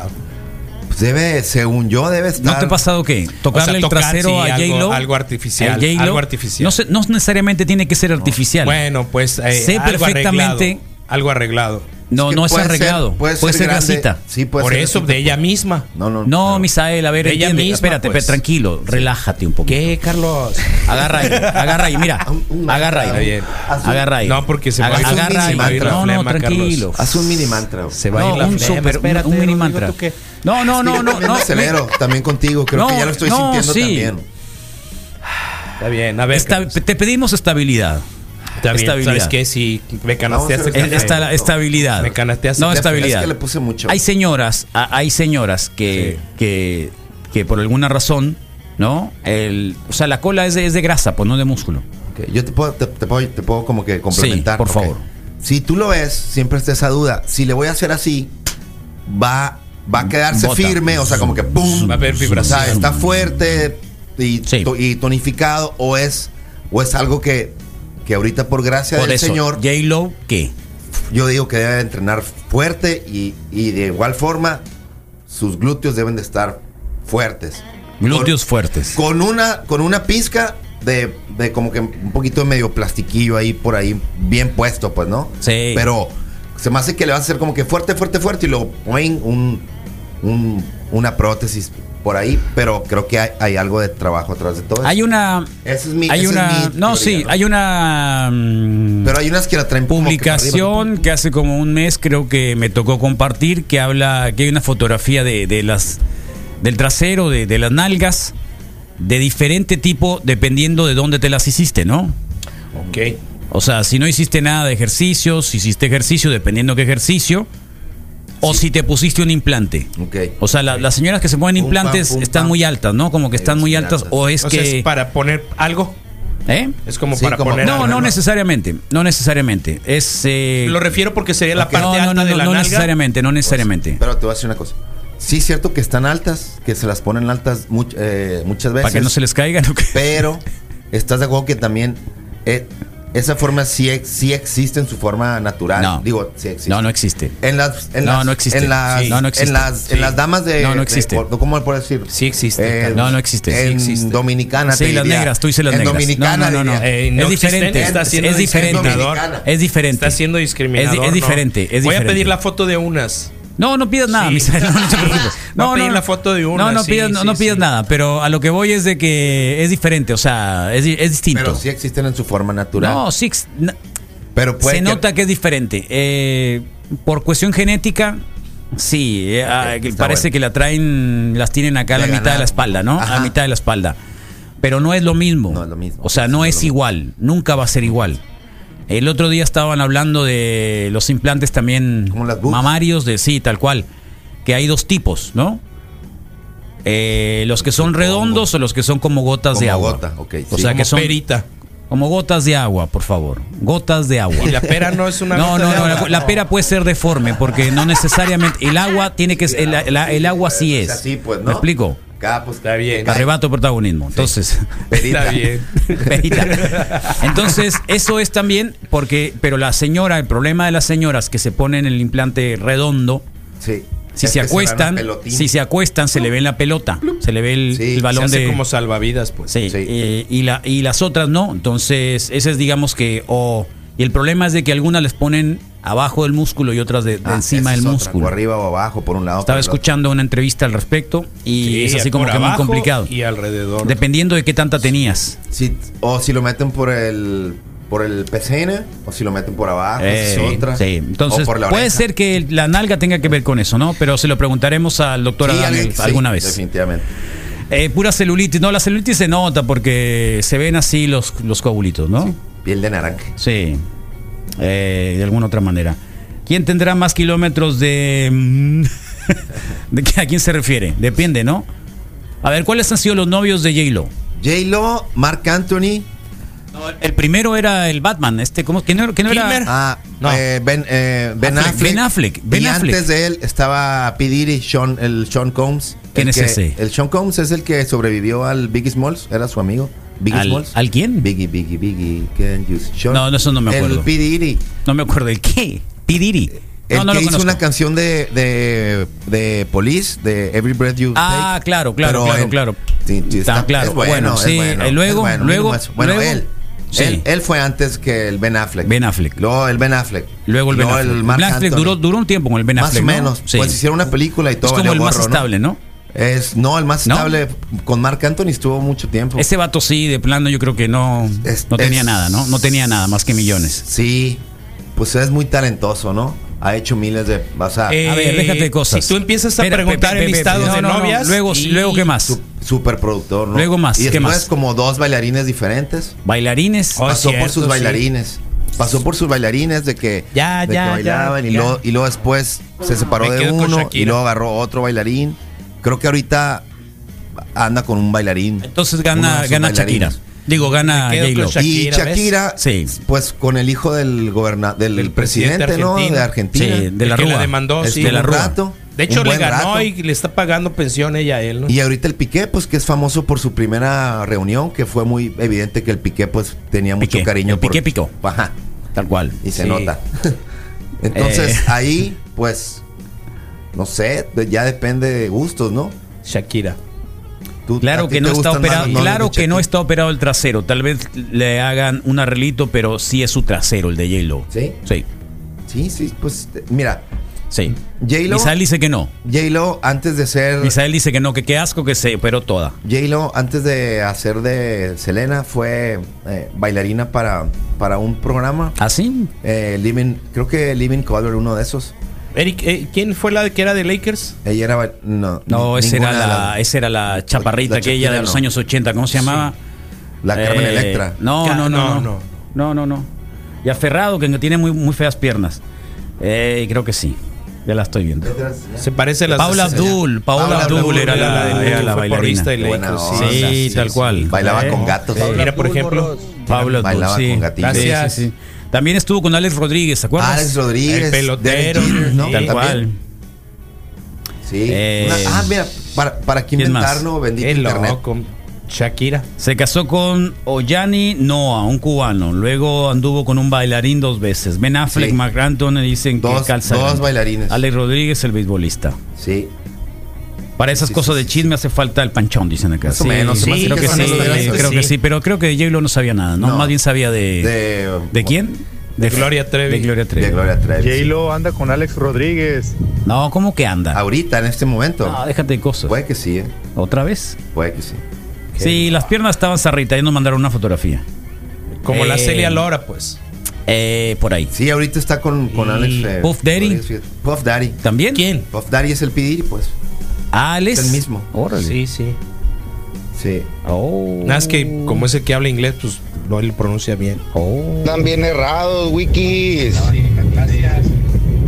Pues debe, según yo, debe estar.
¿No te ha pasado qué? Tocarle
O sea,
el
tocar,
trasero
sí,
a
algo-
J-Lo.
algo artificial,
a J-Lo.
algo artificial.
No, se- no necesariamente tiene que ser artificial.
Bueno, pues. eh,
sé
algo
perfectamente.
arreglado, algo arreglado.
No,
que
no es
puede ser-
arreglado.
puede
puede,
ser
ser
grande.
grasita.
Sí, puede Por ser eso, grasita. de ella misma.
No, no.
No, Misael, a ver,
De ella
entiende.
misma,
Espérate,
pues.
pe- tranquilo, relájate un poquito.
¿Qué, Carlos?
Agarra ahí, agarra ahí, mira. Agarra
Está
ahí.
bien.
Agarra ahí.
No, porque se va
Aga-
a ir-
agarra
se
ahí.
va a ir la
No, no,
flema, Carlos.
tranquilo.
Haz un mini mantra.
Se
va a ir la flema, espérate, no digo tú qué. No, no, no,
Yo
no,
también
no,
me acelero, también contigo. Creo
No,
que ya lo estoy
no,
sintiendo
sí.
también.
Está bien, a ver.
Esta- te pedimos estabilidad.
Está bien,
Estabilidad.
¿Sabes qué? Si me canasteaste el
Eh,
café.
esta- estabilidad.
Me canasteaste
No,
el café.
estabilidad.
Es que le puse mucho.
Hay señoras, a- hay señoras que, que, que por alguna razón, ¿no? El, o sea, la cola es de, es de grasa, pues no de músculo.
Ok, Yo te puedo, te, te puedo, te puedo como que complementar.
por
ok.
favor.
si tú lo ves, siempre está esa duda. Si le voy a hacer así, va, va a quedarse
Bota.
firme, o sea, como que ¡pum!
Va a haber vibración.
O sea, está fuerte y, to- y tonificado, o es, o es algo que, que ahorita, por gracia
Por
del
eso,
Señor.
J-Lo, ¿qué?
Yo digo que debe de entrenar fuerte y, y de igual forma, sus glúteos deben de estar fuertes.
Glúteos fuertes.
Con una, con una pizca de, de como que un poquito de medio plastiquillo ahí por ahí, bien puesto, pues, ¿no?
Sí.
Pero se me hace que le va a hacer como que fuerte, fuerte, fuerte y luego poing, un, un- una prótesis por ahí, pero creo que hay, hay algo de trabajo atrás de todo eso.
Hay una.
Esa es mi-
hay
esa es
una.
mi
no,
teoría,
sí, hay una. Pero
hay unas que la traen como que para arriba.
Publicación que, hace como un mes creo que me tocó compartir que habla que hay una fotografía de, de las del trasero de, de las nalgas de diferente tipo dependiendo de dónde te las hiciste, ¿no?
Ok.
O sea, si no hiciste nada de ejercicio, si hiciste ejercicio dependiendo qué ejercicio. O si te pusiste un implante. O sea, la- las señoras que se ponen
Pum, pam,
implantes
pum,
están
pam.
muy altas, ¿no? Como que están muy altas. O es
O sea,
que.
es para poner algo.
¿Eh?
Es como para poner
No,
algo,
no necesariamente. No necesariamente. Es. eh,
Lo refiero porque sería la
ok.
parte
No, no,
alta
no,
de
no,
la
no
nalga.
necesariamente, no necesariamente.
Pues,
Pero te voy a decir una cosa. Sí es cierto que están altas, que se las ponen altas much- eh, muchas veces.
que no se les caigan.
Pero estás de acuerdo que también eh, esa forma sí, ex- sí existe en su forma natural.
No.
Digo, sí existe.
No, no existe.
En las, en
No,
las-
no existe.
En las,
Sí. No, no existe.
En las,
Sí.
en las damas de.
No, no existe.
de- ¿Cómo le puedo decir? Eh,
Sí existe.
No, no existe.
En
Sí existe.
Dominicana.
Sí,
te
las
diría.
negras, tú dices las
en
negras.
Dominicana.
no, no, no, no.
diría.
es diferente.
Eh, Está siendo
es diferente.
discriminador.
Es diferente.
Está siendo discriminador.
Es, di- es
¿no?
diferente. es
Voy a
diferente.
pedir la foto de unas.
No, no pidas nada, Misael, No, no te preocupes.
Va a pedir la foto de una,
No, no
sí,
pidas, no,
sí,
no
sí.
pidas nada. Pero a lo que voy es de que es diferente. O sea, es, di- es distinto.
Pero sí existen en su forma natural.
no, sí. ex- na-
Pero puede
se
que-
nota que es diferente. Eh, por cuestión genética, sí. eh, ah, que
está
parece
bueno.
que la traen, las tienen acá a la
Le
mitad de la
ganaron.
espalda, ¿no? A
Ajá.
la mitad de la espalda. Pero no es lo mismo. No es lo mismo. O sea, no es igual. Nunca va a ser igual. El otro día estaban hablando de los implantes también mamarios, de sí, tal cual. Que hay dos tipos, ¿no? Eh, los que son redondos o los que son como gotas de
Como
agua.
gota, ok,
O
sí.
sea que
Como
son
perita.
como gotas de agua, por favor. Gotas de agua.
Y la pera no es una
No,
gota
no,
de
no. La,
agua.
la pera puede ser deforme porque no necesariamente. El agua tiene que el, el- el agua sí es.
Ah, así, pues, ¿no?
¿Me explico?
Acá, pues, está bien.
Arrebato protagonismo. Entonces.
Perita.
Perita. Entonces, eso es también porque, pero la señora, el problema de las señoras que se ponen el implante redondo,
Sí. Es
si se
que se dan
acuestan,
un pelotín.
si se acuestan, se le ve en la pelota, se le ve el, el balón
se hace
de
como salvavidas, pues.
Sí, eh, y, la, y las otras no. Entonces, ese es, digamos que. O, y el problema es de que algunas les ponen abajo del músculo y otras de, de
Ah, esa
encima del
es otra,
músculo.
O arriba o abajo, por un lado.
Estaba
por el otro.
escuchando una entrevista al respecto y
Sí,
es así como
por
que muy
abajo
complicado.
Y alrededor.
Dependiendo de qué tanta tenías.
Si- o si lo meten por el por el pecena o si lo meten por abajo, esa
Eh,
es otra.
sí.
O
Entonces,
por la
puede
oreja.
ser que la nalga tenga que ver con eso, ¿no? Pero se lo preguntaremos al doctor
Sí,
Adán
alguien- sí,
alguna vez.
Definitivamente.
Eh, pura celulitis. No, la celulitis se nota porque se ven así los, los coagulitos, ¿no?
Piel de naranja.
Sí. Eh, de alguna otra manera. ¿Quién tendrá más kilómetros de... mm, ¿De qué- ¿A quién se refiere? Depende, ¿no? A ver, ¿cuáles han sido los novios de J-Lo?
J-Lo, Mark Anthony.
el primero era el Batman, este, ¿cómo? ¿Quién no, quién no era?
Ah,
No.
eh, ben, eh, ben
Affleck,
Affleck,
Ben Affleck, Ben
y
Affleck.
antes de él estaba P. Diddy, Sean, el Sean Combs.
¿Quién
el
es
que-
ese?
El Sean Combs es el que sobrevivió al Biggie Smalls, era su amigo. Biggie
¿Al-
Smalls.
¿Al quién?
Biggie, Biggie, Biggie. can you- Sean-
No, no, eso no me acuerdo.
El P. Diddy.
No me acuerdo. ¿El qué? ¿P. Diddy?
Eh, El
No, no
que
lo
hizo
conozco.
una canción de, de, de Police, de Every Breath You
Ah,
Take.
claro, claro,
Pero
claro,
él-
claro.
Sí, sí,
Está claro.
es bueno,
Bueno,
es
sí,
bueno,
eh, luego,
es bueno,
luego,
mínimo eso. Bueno,
luego,
él,
sí.
él. él fue antes que el Ben Affleck. Ben
Affleck.
Luego el Ben Affleck.
Luego el Ben Affleck. El
Marc
Ben Affleck
Anthony.
duró, duró un tiempo con el Ben Affleck.
Más o
¿no?
menos.
Sí.
Pues hicieron una película y todo.
es como
valió
el más
gorro, ¿no?
estable, ¿no?
Es, no, el más
¿No?
estable con Marc Anthony estuvo mucho tiempo.
Ese vato sí, de plano yo creo que no, no tenía
es-
nada, ¿no? No tenía nada más que millones.
Sí, pues es muy talentoso, ¿no? Ha hecho miles de. O sea,
Eh, A ver, déjate de cosas.
si tú empiezas a preguntar el listado de novias
luego,
y-
luego, ¿qué más?
Superproductor, ¿no?
Luego más,
Y
¿qué
después
más?
como dos bailarines diferentes.
Bailarines.
Pasó por sus bailarines. Pasó por sus bailarines de que,
Ya,
de que
ya, ya,
bailaban y,
ya.
Luego, y luego después se separó
Me
de
quedo con
uno
Shakira.
y luego agarró otro bailarín. Creo que ahorita anda con un bailarín.
Entonces gana-
Uno de sus
gana
bailarines.
Shakira. Digo, gana
Me quedo
J-Lo.
con Shakira, Ah, Y Shakira, ¿ves?
Sí.
Pues con el hijo del goberna del, presidente,
presidente
¿no?
argentino.
De Argentina.
Sí, de la
El que
Rúa.
la demandó,
Este,
sí.
de la
un
Rúa.
rato. De
Un
hecho, le
buen
ganó
rato.
y le está pagando pensión ella a él, ¿no?
Y ahorita el Piqué, pues que es famoso por su primera reunión, que fue muy evidente que el Piqué, pues tenía mucho
Piqué.
cariño.
El Piqué
picó. Ajá.
Tal cual.
Y se
Sí.
nota. Entonces
Eh.
ahí, pues, no sé, de- ya depende de gustos, ¿no?
Shakira.
Claro que no está operado, claro que no está operado el trasero. Tal vez le hagan un arreglito, pero sí es su trasero el de J-Lo.
¿Sí?
Sí.
Sí, sí, pues eh, mira,
Sí.
J-Lo-
Misael dice que no.
J-Lo antes de ser
Misael dice que no, que qué asco que se operó toda.
J-Lo, antes de hacer de Selena, fue eh, bailarina para, para un programa. eh,
¿Ah, sí?
Living, creo que Living Color, uno de esos.
Eric, eh, ¿quién fue la que era de Lakers?
Ella era. ba- No,
No,
ni-
esa era
ninguna de
la,
las-
esa era la chaparrita
la
que ella
Shakira
de los
no.
años 80, ¿cómo se llamaba?
La Carmen
Eh,
Electra.
No,
Ca-
no,
no,
no,
no.
no. No, no, no. Y aferrado, que tiene muy, muy feas piernas. Eh, creo que sí. Ya la estoy viendo.
Se parece a las
Paula Abdul, Paula, Abdul, era la, era la
fue
bailarina.
porrista de Lakers,
sí, sí, tal cual.
Bailaba con gatos.
Sí. Mira, por ejemplo,
Paula Abdul,
Bailaba
sí.
con gatitos.
Gracias. Sí, sí, sí. También estuvo con Alex Rodríguez, ¿te acuerdas?
Alex Rodríguez.
El pelotero,
Derek Jeter, ¿no?
sí.
Tal
También.
cual.
Sí.
Eh,
Una- ah, mira, para, para que
¿quién más?
inventarnos, bendito
el
internet.
loco, Shakira.
Se casó con Ollani Noah, un cubano. Luego anduvo con un bailarín dos veces. Ben Affleck,
Sí.
Mark Anthony dicen
Dos-
que calza.
dos
grande.
bailarines.
Alex Rodríguez, el beisbolista.
Sí.
Para esas cosas de chisme hace falta el panchón, dicen acá.
Más o menos, se me hace
creo
que
que
son
sí,
honestamente
creo que
sí.
sí, pero creo que J-Lo no sabía nada, ¿no?
No.
Más bien sabía de...
De,
¿De, quién?
Eh, De Gloria Trevi.
De Gloria Trevi.
de Gloria Trevi. sí.
J-Lo anda con Alex Rodríguez.
No, ¿cómo que anda?
Ahorita, en este momento.
Ah, déjate de cosas.
Puede que sí, ¿eh?
¿Otra vez?
Puede que sí.
Sí, las piernas estaban zarritas, ya nos mandaron una fotografía.
Como la
Eh,
Celia Lora, pues.
Eh, por ahí.
Sí, ahorita está con, con
Y
Alex. eh,
Puff Daddy.
Rodríguez, fíjate. Puff Daddy.
¿También?
¿Quién?
Puff Daddy es el Pidiri, pues.
Alex.
Es el mismo.
Órale.
Sí, sí.
Sí.
Oh.
Nada, es que como es el que habla inglés, pues no él pronuncia bien.
Oh.
Están bien errados, Wikis.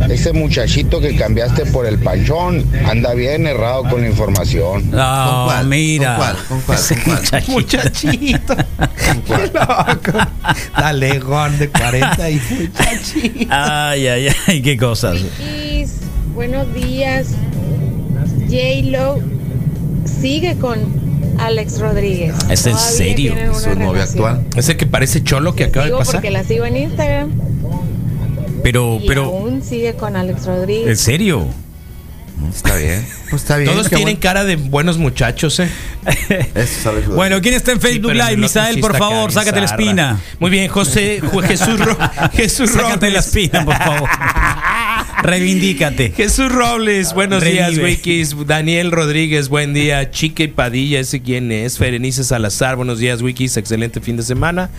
Ese muchachito que cambiaste por el panchón anda bien errado con la información.
Ah,
¿Con cuál?
mira.
¿Con cuál? ¿Con cuál?
Ese
¿Con cuál?
Muchachito.
muchachito.
Qué loco. Dale, Juan, de 40 y muchachito.
Ay, ay, ay, qué cosas.
Buenos días. J-Lo sigue con Alex Rodríguez.
¿Es en
Todavía
serio?
tienen
Su
una
novio
relación.
actual.
Ese que parece cholo que acaba de
Digo
pasar.
porque la sigo en Instagram
Oh, Pero,
y
pero,
aún sigue con Alex Rodríguez.
¿en serio?
Está bien. Pues está bien.
Todos
qué
tienen cara de buenos muchachos, ¿eh?
bueno. Eso sabe jugar.
Bueno, ¿quién está en
Sí,
Facebook
pero
Live?
el otro
Misael,
sí
por
está
favor,
acá,
sácate la
bizarra.
espina.
Muy bien, José, Ju- Jesús, Ro- Jesús
Sácate
Robles.
la espina, por favor. Reivindícate.
Jesús
Ah,
Robles, buenos
Revive.
días, Wikis. Daniel Rodríguez, buen día. Chique y Padilla, ese quién es. Ferenice Salazar, buenos días, Wikis. Excelente fin de semana.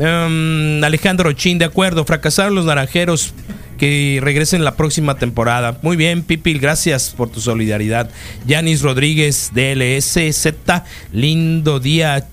Em, Alejandro Chin, de acuerdo. Fracasaron los naranjeros. Que regresen la próxima temporada. Muy bien, Pipil, gracias por tu solidaridad. Yanis Rodríguez, DLSZ, lindo día,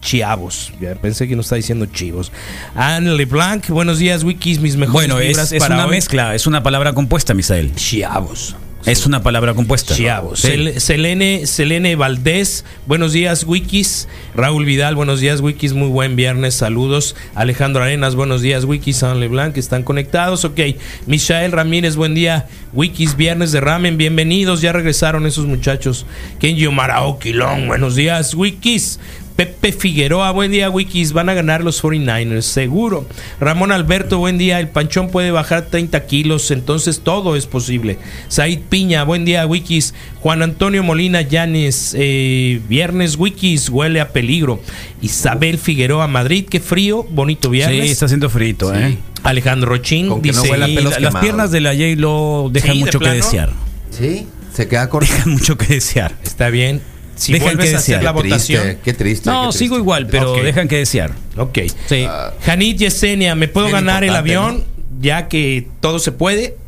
Chiavos. Ya pensé que no está diciendo chivos. Anne LeBlanc, buenos días, Wikis, mis mejores
Bueno, es,
vibras
es
para
una
hoy.
mezcla, es una palabra compuesta, Misael.
Chiavos.
Es una palabra compuesta.
Chiavos.
Sí.
Sel- Selene, Selene Valdés, buenos días, Wikis. Raúl Vidal, buenos días, Wikis. Muy buen viernes, saludos. Alejandro Arenas, buenos días, Wikis. San Leblanc, que están conectados. Ok, Michael Ramírez, buen día, Wikis. Viernes de Ramen, bienvenidos. Ya regresaron esos muchachos. Kenji Marao Quilón, buenos días, Wikis. Pepe Figueroa, buen día, Wikis. Van a ganar los 49ers, seguro. Ramón Alberto, buen día. El panchón puede bajar 30 kilos, entonces todo es posible. Said Piña, buen día, Wikis. Juan Antonio Molina Llanes, eh, viernes, Wikis, huele a peligro. Isabel Figueroa, Madrid, qué frío, bonito viernes.
Sí, está haciendo frito,
Sí.
¿eh?
Alejandro Chin,
Con que no
dice.
huela a
Y
pelos
la- las
quemados.
piernas de la J-Lo dejan
Sí, de
mucho que
plano.
desear.
Sí, se queda corta.
Dejan mucho que desear.
Está bien. Si
Dejan
vuelves
que
a hacer
desear.
la
Qué triste,
votación.
Qué triste. qué
No,
triste. Ah.
sigo igual, pero
Ok.
dejan que desear.
Ok.
Sí.
Janit Yesenia, ¿me puedo
Bien
ganar el
importante,
avión? Ya que todo se puede.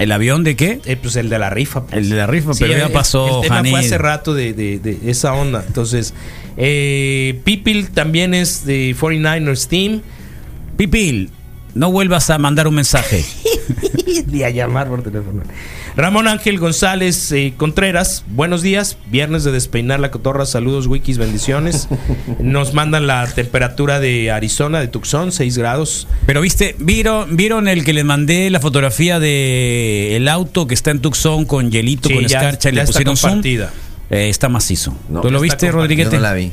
¿El avión de qué?
Eh, pues el de la rifa. pues.
El de la rifa,
Sí,
pero ya
el-
pasó,
El tema fue
Janine.
hace rato de, de- de esa onda. Entonces, eh, Pipil también es de 49ers Team.
Pipil, no vuelvas a mandar un mensaje.
Ni a llamar por teléfono. Ramón Ángel González eh, Contreras, buenos días. Viernes de despeinar la cotorra, saludos, wikis, bendiciones. Nos mandan la temperatura de Arizona, de Tucson, 6 grados.
Pero viste, vieron, vieron el que les mandé la fotografía de el auto que está en Tucson con hielito,
Sí,
con
ya-
escarcha, y
ya
le
está
pusieron zoom.
compartida.
Eh, está macizo. ¿Tú
Está
lo viste,
compartida.
Rodríguez?
Yo no la
vi.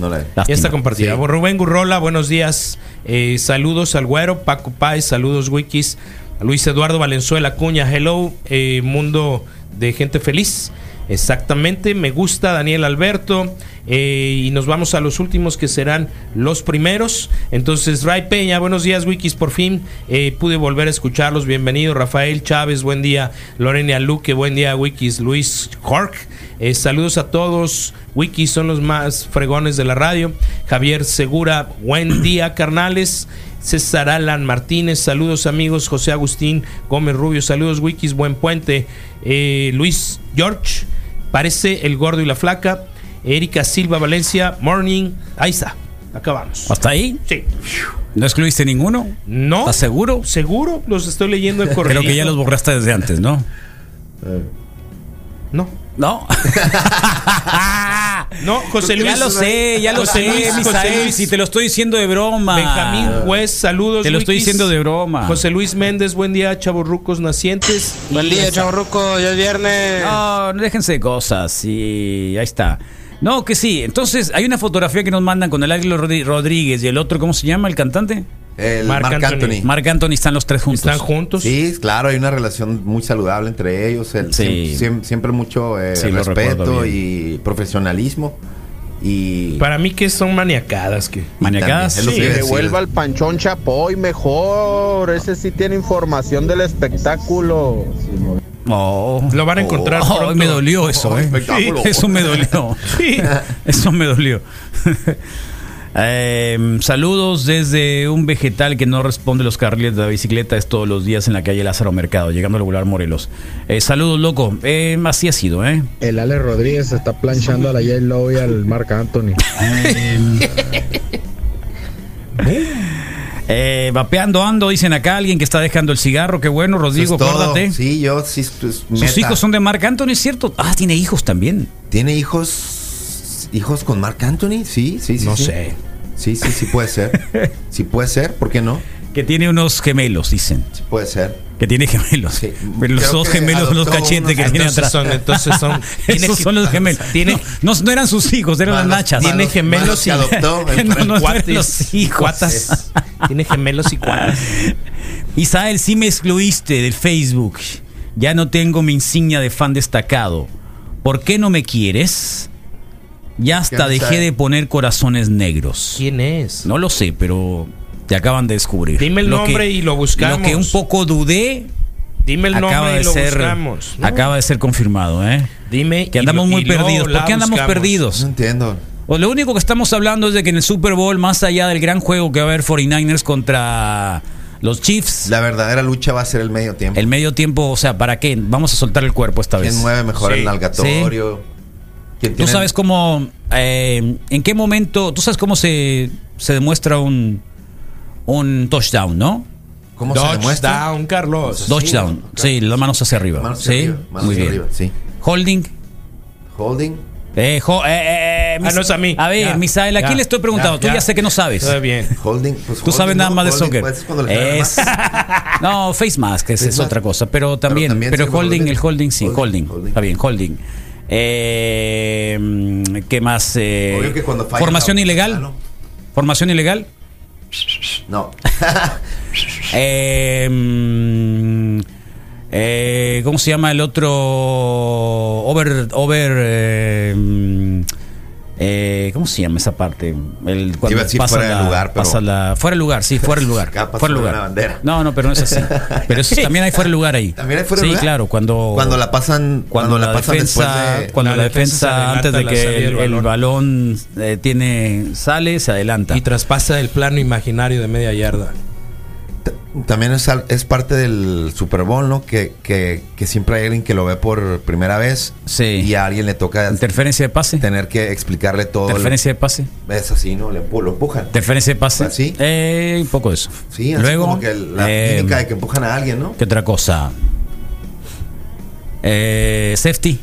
No la vi.
Ya está
Lástima.
compartida. Rubén Gurrola, buenos días. Eh, saludos al güero, Paco Páez, saludos Wikis. Luis Eduardo Valenzuela Cuña, hello, eh, mundo de gente feliz. Exactamente, me gusta Daniel Alberto. eh, y nos vamos a los últimos que serán los primeros. Entonces, Ray Peña, buenos días, Wikis, por fin eh, pude volver a escucharlos. Bienvenido, Rafael Chávez, buen día. Lorena Luque, buen día, Wikis. Luis Cork, eh, saludos a todos. Wikis son los más fregones de la radio. Javier Segura, buen día, carnales. César Alan Martínez, saludos amigos. José Agustín Gómez Rubio, saludos Wikis, buen puente. Eh, Luis George, parece el gordo y la flaca. Erika Silva Valencia, morning. Ahí está, acabamos.
¿Hasta ahí?
Sí.
¿No excluiste ninguno?
No.
¿Estás seguro?
Seguro, los estoy leyendo el correo.
Creo que ya los borraste desde antes, ¿no?
No.
No.
No, José Luis.
Ya lo sé, ya lo
José
sé,
Luis,
Misael,
José Luis.
si te lo estoy diciendo de broma.
Benjamín Juez, saludos.
Ah. Te lo estoy diciendo de broma.
José Luis Méndez, buen día, chavorrucos nacientes.
Buen día,
chavorruco, ya es viernes.
No, no, déjense de cosas. Y ahí está. No, que sí. Entonces, hay una fotografía que nos mandan con el Águila Rodri- Rodríguez y el otro, ¿cómo se llama? El cantante.
El Eh, Marc Marc Anthony. Anthony.
Marc pues, Anthony están los tres juntos.
Están juntos.
Sí, claro, hay una relación muy saludable entre ellos. el-
Sí.
siem- siem- siempre mucho eh,
Sí, lo recuerdo
respeto
bien.
y profesionalismo. Y
Para mí que son maniacadas. que
Maniacadas.
también, es lo que
Sí,
iba a
de
decir.
Vuelva al panchón Chapoy mejor. Ese sí tiene información del espectáculo.
Oh.
Lo van a encontrar
Oh,
pronto.
me dolió eso,
Oh,
¿eh?
espectáculo.
Sí, Eso me dolió.
Sí.
Eso me dolió. Eh, saludos desde un vegetal que no responde los carriles de la bicicleta. Es todos los días en la calle Lázaro Mercado, llegando al Regular Morelos. Eh, saludos, loco. Eh, así ha sido, ¿eh?
El Ale Rodríguez está planchando a la J. Lowe y al Marc Anthony.
Eh, vapeando ando, dicen acá alguien que está dejando el cigarro. Qué bueno,
Eso es
Rodrigo,
Pues todo.
acuérdate.
Sí, yo sí. pues,
Sus
meta.
hijos son de Marc Anthony, ¿es cierto? Ah, tiene hijos también.
¿Tiene hijos hijos con Marc Anthony? Sí, sí, sí.
No
sí.
sé.
Sí, sí, sí puede ser. Sí puede ser, ¿por qué no?
Que tiene unos gemelos, dicen.
Sí puede ser.
Que tiene gemelos. Pero los
Creo
dos
que
gemelos son los
adoptó
cachetes que
unos-
tiene
Entonces
atrás.
son- entonces son- tiene
Esos son los gemelos.
Ah, tiene-
no, no, no eran sus hijos, eran
Más
las
los-
nachas.
más
Tiene
los- más los
gemelos y
que adoptó,
No, no, no eran
cuates,
los hijos.
cuatas. Tiene gemelos y cuatas.
Isael, sí me excluiste del Facebook. Ya no tengo mi insignia de fan destacado. ¿Por qué no me quieres? Ya hasta
¿Quién sabe?
dejé de poner corazones negros.
¿Quién es?
No lo sé, pero te acaban de descubrir.
Dime el
Lo
nombre
que-
y lo buscamos.
Lo que un poco dudé
Dime el
acaba
nombre
de
y lo
ser
buscamos. ¿no?
acaba de ser confirmado, ¿eh?
Dime.
Que
y
andamos
lo-
muy
y luego
perdidos.
la
¿Por qué andamos
buscamos.
perdidos?
No entiendo.
O lo único que estamos hablando es de que en el Super Bowl, más allá del gran juego que va a haber 49ers contra los Chiefs,
La verdadera lucha va a ser el medio tiempo.
el medio tiempo, o sea, ¿para qué? Vamos a soltar el cuerpo esta vez.
¿Quién mueve mejor
Sí,
el nalgatorio? ¿Quién
Tú
tiene-
sabes cómo, eh, en qué momento, tú sabes cómo se, se demuestra un, un touchdown, ¿no?
cómo se demuestra?
Touchdown, Carlos.
Touchdown, sí, las manos hacia arriba.
Manos
sí,
hacia arriba, manos
muy
hacia
bien.
arriba, sí.
Holding.
Holding.
Eh, jo- eh, eh, eh,
Ah, no es a mí.
A ver,
Ya,
Misael, ¿a
ya,
quién le estoy preguntando?
ya, Eh,
Tú ya,
ya.
sé que no sabes.
Todo bien.
Holding. pues,
Tú sabes
holding,
nada
¿no?
más de
Holding,
soccer.
pues, es cuando le pegan
Es-
más.
No, face mask, esa
Face
es
mask.
otra cosa. Pero también, pero,
también
el
sirve
holding,
holding.
el holding, sí,
Holding,
holding.
holding.
Está bien, holding. Eh, ¿Qué más? Eh,
Obvio que cuando falla
formación
la-
ilegal.
Ah, no.
Formación ilegal.
No.
Eh, mm, eh, ¿Cómo se llama el otro? Over. over eh, mm, eh, ¿Cómo se llama esa parte? El,
Iba a decir fuera de lugar, pero-
pasa la- fuera de lugar, sí, fuera de lugar.
Acá pasó
fuera de
una
lugar.
bandera.
No, no, pero no es así. Pero eso, también hay fuera de lugar ahí.
También hay fuera de
sí,
lugar.
claro, cuando.
Cuando la pasan,
Cuando, la,
pasan
defensa,
después de.
cuando
La
la,
defensa se
defensa,
adelanta
antes de
la
que
salida
el,
del
el balón eh, tiene sale, se adelanta.
Y traspasa el plano imaginario de media yarda.
También es, al- es parte del Super Bowl, ¿no? Que, que, que siempre hay alguien que lo ve por primera vez
Sí.
y a alguien le toca
Interferencia de pase.
tener que explicarle todo.
Interferencia de pase.
Lo- es así, ¿no? Le empu- lo empujan.
Interferencia de pase.
¿Así?
Eh, un poco de eso.
Sí, así
Luego,
como que la
eh,
típica de que empujan a alguien, ¿no?
¿qué otra cosa? Eh, safety.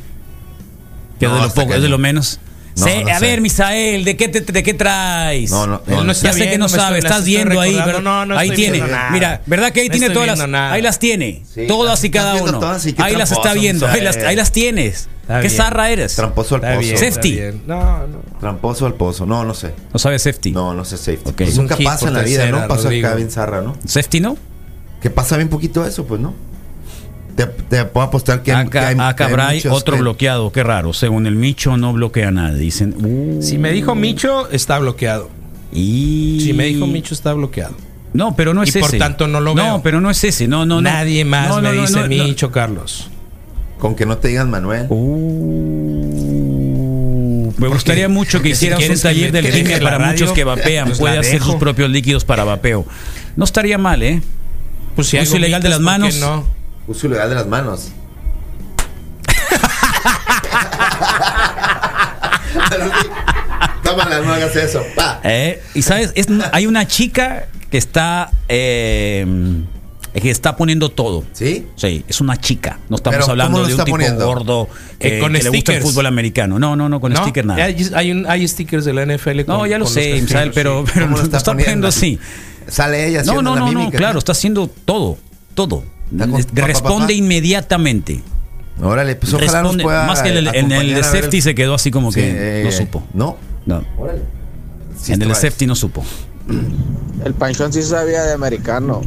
Que
No,
es de lo
hasta
poco,
que
es de
no.
lo menos.
No,
Se-
no
a
sé.
ver, Misael, ¿de qué, te- ¿de qué traes?
No, no, no,
Él
no.
está ya sé
bien,
que no
no me estoy-
sabe, estás
las estoy
viendo ahí,
recordando.
pero
No, no
ahí
estoy
tiene.
viendo nada.
Mira, ¿verdad que ahí
No
tiene
estoy
todas las?
viendo nada.
Ahí las tiene,
Sí,
todas y
estás
cada
viendo
uno.
todas y qué
ahí las está
tramposo,
viendo, ahí
Misael.
las, ahí las tienes.
Está
¿Qué
bien.
zarra eres?
Tramposo al
Está
pozo.
bien, está Safety. bien.
No, no.
Tramposo al pozo. No, no sé.
No sabe safety.
No, no sé safety.
Ok.
Pues
Un
nunca
hit
pasa
por
en la vida,
tercera,
¿no? Pasa
Rodrigo.
acá bien zarra, ¿no?
¿Safety no?
Que pasa bien poquito eso, pues, ¿no? Te, te puedo apostar que, hay- que hay,
Acá,
que hay
habrá
muchos
otro
que-
bloqueado, qué raro. Según el Micho, no bloquea a nadie. Dicen, uh,
Si me dijo Micho, está bloqueado.
y...
Si me dijo Micho, está bloqueado.
No, pero no es
Y
ese.
por tanto no lo
No,
veo.
pero no es ese. No, no, no.
Nadie más
No, no,
me
no,
dice
no, no.
Micho, Carlos.
Con que no te digan Manuel.
Uh, Me gustaría mucho que
porque si
hicieras un
quieres que me-
taller de
que deje
alquimia
la
para
radio,
muchos que vapean.
pues
Puede
la
hacer
dejo.
sus propios líquidos para vapeo. No estaría mal, ¿eh?
Pues
Uso
hago
ilegal de las
mitos, ¿por
manos.
qué no?
Uso ilegal de las manos. Cámara, no hagas eso. Pa.
Eh, Y sabes, Es- hay una chica que está eh, que está poniendo todo.
¿Sí?
Sí, es una chica. No estamos
Pero,
hablando
¿cómo lo
de un
está
tipo
poniendo?
gordo eh,
Eh, con
que le gusta el
stickers.
fútbol americano. No, no, no, con
¿No?
sticker nada.
Hay, hay un- hay stickers de la NFL.
No, ya lo
los
sé,
perfiles,
Misael, pero-
sí.
pero
¿Cómo lo
lo
está
está poniendo
poniendo?
así.
Sale ella
No,
haciendo
no,
la
no, no,
mímica,
claro, está haciendo todo, todo.
Está con-
Es-
pa, pa,
Responde
pa.
inmediatamente.
Órale, pues ojalá
Responde,
nos pueda.
más que en el, en el de safety se quedó así como que no
eh,
supo.
No.
No,
Órale. Sí,
en el de
traes.
safety no supo.
El panchón sí sabía de americano.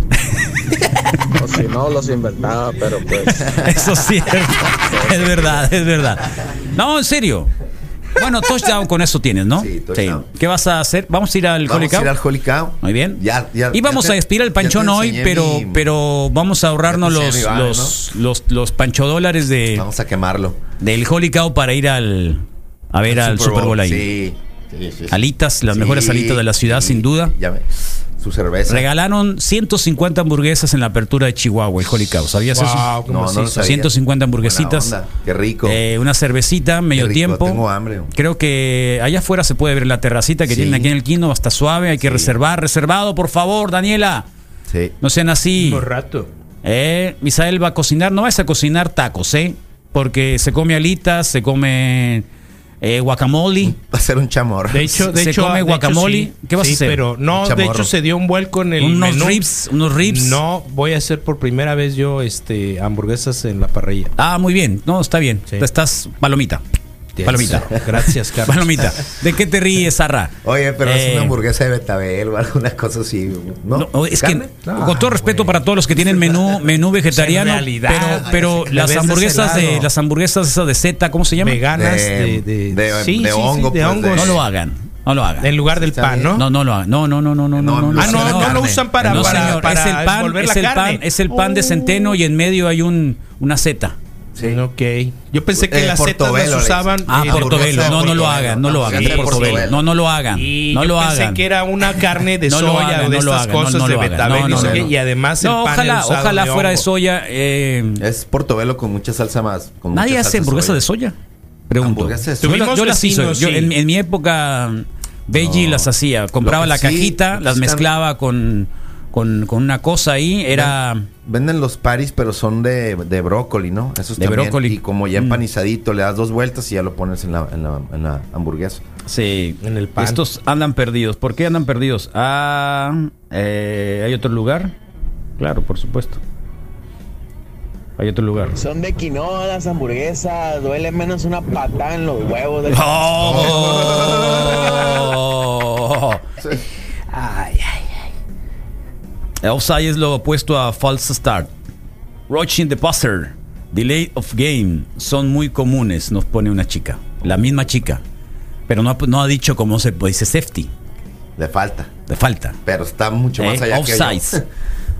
o si no, los inventaba, pero pues.
Eso es cierto. es verdad, es verdad. No, en serio. Bueno, touchdown con eso tienes, ¿no?
Sí, touchdown.
¿Qué vas a hacer? Vamos a ir al
Vamos
Holy
a
Cow?
ir al Holy Cow.
Muy bien.
Ya, ya,
y vamos
ya te-
a expirar el
ya te
panchón hoy,
enseñé
pero,
mi-
pero vamos a ahorrarnos
Ya te
los,
enseñé mi
los, los, los panchodólares de,
Vamos a quemarlo.
del Holy Cow para ir al a ver al Super Bowl ahí.
Sí. sí, sí, sí.
Alitas, las
Sí,
mejores alitas de la ciudad, sin duda.
Ya ve. Su cerveza.
Regalaron 150 hamburguesas en la apertura de Chihuahua, el Holy Cow. ¿Sabías
Wow,
eso?
¿cómo
No, no lo sabía.
150 hamburguesitas.
Buena onda. Qué rico.
eh, una cervecita, medio
rico,
tiempo.
tengo hambre.
Creo que allá afuera se puede ver la terracita que
Sí.
tienen aquí en el Quino, está suave, hay que reservar. Reservado, por favor, Daniela.
Sí.
No sean así.
Por rato.
Eh, Misael va a cocinar, no vas a cocinar tacos, ¿eh? Porque se come alitas, se come eh, guacamole.
Va a ser un chamorro.
De hecho, de
Se
hecho,
come
de hecho,
guacamole. ¿Qué vas a hacer?
Pero no,
Un
de
chamorro.
hecho se dio un vuelco en el
Unos
menú.
ribs, unos ribs.
No, voy a hacer por primera vez yo este hamburguesas en la parrilla.
Ah, muy bien. No, está bien.
Sí.
Estás palomita.
Yes.
Palomita.
Gracias, Carlos.
Palomita. ¿De qué te ríes, Sarra?
Oye, pero es
Eh,
una hamburguesa de betabel o alguna cosa así. No,
no, es que,
¿Carne?
con todo respeto para todos los que tienen menú, menú vegetariano,
En Ah, realidad,
pero, pero
le ves
las
de ese
hamburguesas de
lado.
las hamburguesas esas de Z, ¿cómo se llama?
Veganas
De-
de, de,
de-
sí,
de
sí, sí,
hongo,
de
pues,
hongos.
de-
No lo hagan, no lo hagan.
En lugar del
Está
pan,
bien.
¿no?
No, no lo hagan. No, no, no, no, no, no, no.
lo
Ah,
hacen
no,
en
no
carne.
lo usan para,
no,
para,
señor,
para
es el pan,
envolver
es
la
el
carne. Oh. Ah,
pan, es el pan de centeno y en medio hay un una Z.
Sí. Ok. Yo pensé que
Eh,
las setas
portobelo,
las
le
usaban.
Ah,
eh,
hamburguesa
portobelo.
de
No, no lo
portobelo.
hagan, no lo hagan.
Hamburguesa de
Portobelo.
portobelo.
No, no lo hagan.
Ah, Y
No
yo
lo
pensé
hagan.
que era una carne de
No lo
soya
hagan,
o de
no lo
estas
hagan, no,
cosas
no
de
lo hagan.
betabel. no
No, no,
sé
no,
qué,
no.
Y además el
No,
pan
ojalá,
era usado
ojalá
de
fuera de
hongo.
soya. eh,
Es portobelo con mucha salsa más. con
Nadie
mucha
hace
salsa
hamburguesa de soya. Pregunto.
Hamburguesa de
Yo,
soya.
la- yo las hice.
Tuvimos
Yo
vecinos,
en,
sí.
en mi época, Veggie las hacía. Compraba
Lo que
la
sí,
cajita,
lo que
las
sí están-
mezclaba con, con, con una cosa ahí. Era.
Venden los paris, pero son de, de brócoli, ¿no? Esos
De
también.
brócoli.
Y como ya
Mm.
empanizadito, le das dos vueltas y ya lo pones en la, en la, en la hamburguesa.
Sí.
En el pan.
Estos andan perdidos. ¿Por qué andan perdidos? Ah, eh, ¿hay otro lugar? Claro, por supuesto. Hay otro lugar.
Son de quinoa las hamburguesas, duele menos una patada en los huevos. del-
Oh. Ay, ay, ay. Offside es lo opuesto a false start. Roaching the buzzer. Delay of game. Son muy comunes, nos pone una chica. La misma chica. Pero no ha, no ha dicho cómo se dice safety.
Le falta.
De falta.
Pero está mucho más
Eh,
allá que
offsides.
yo.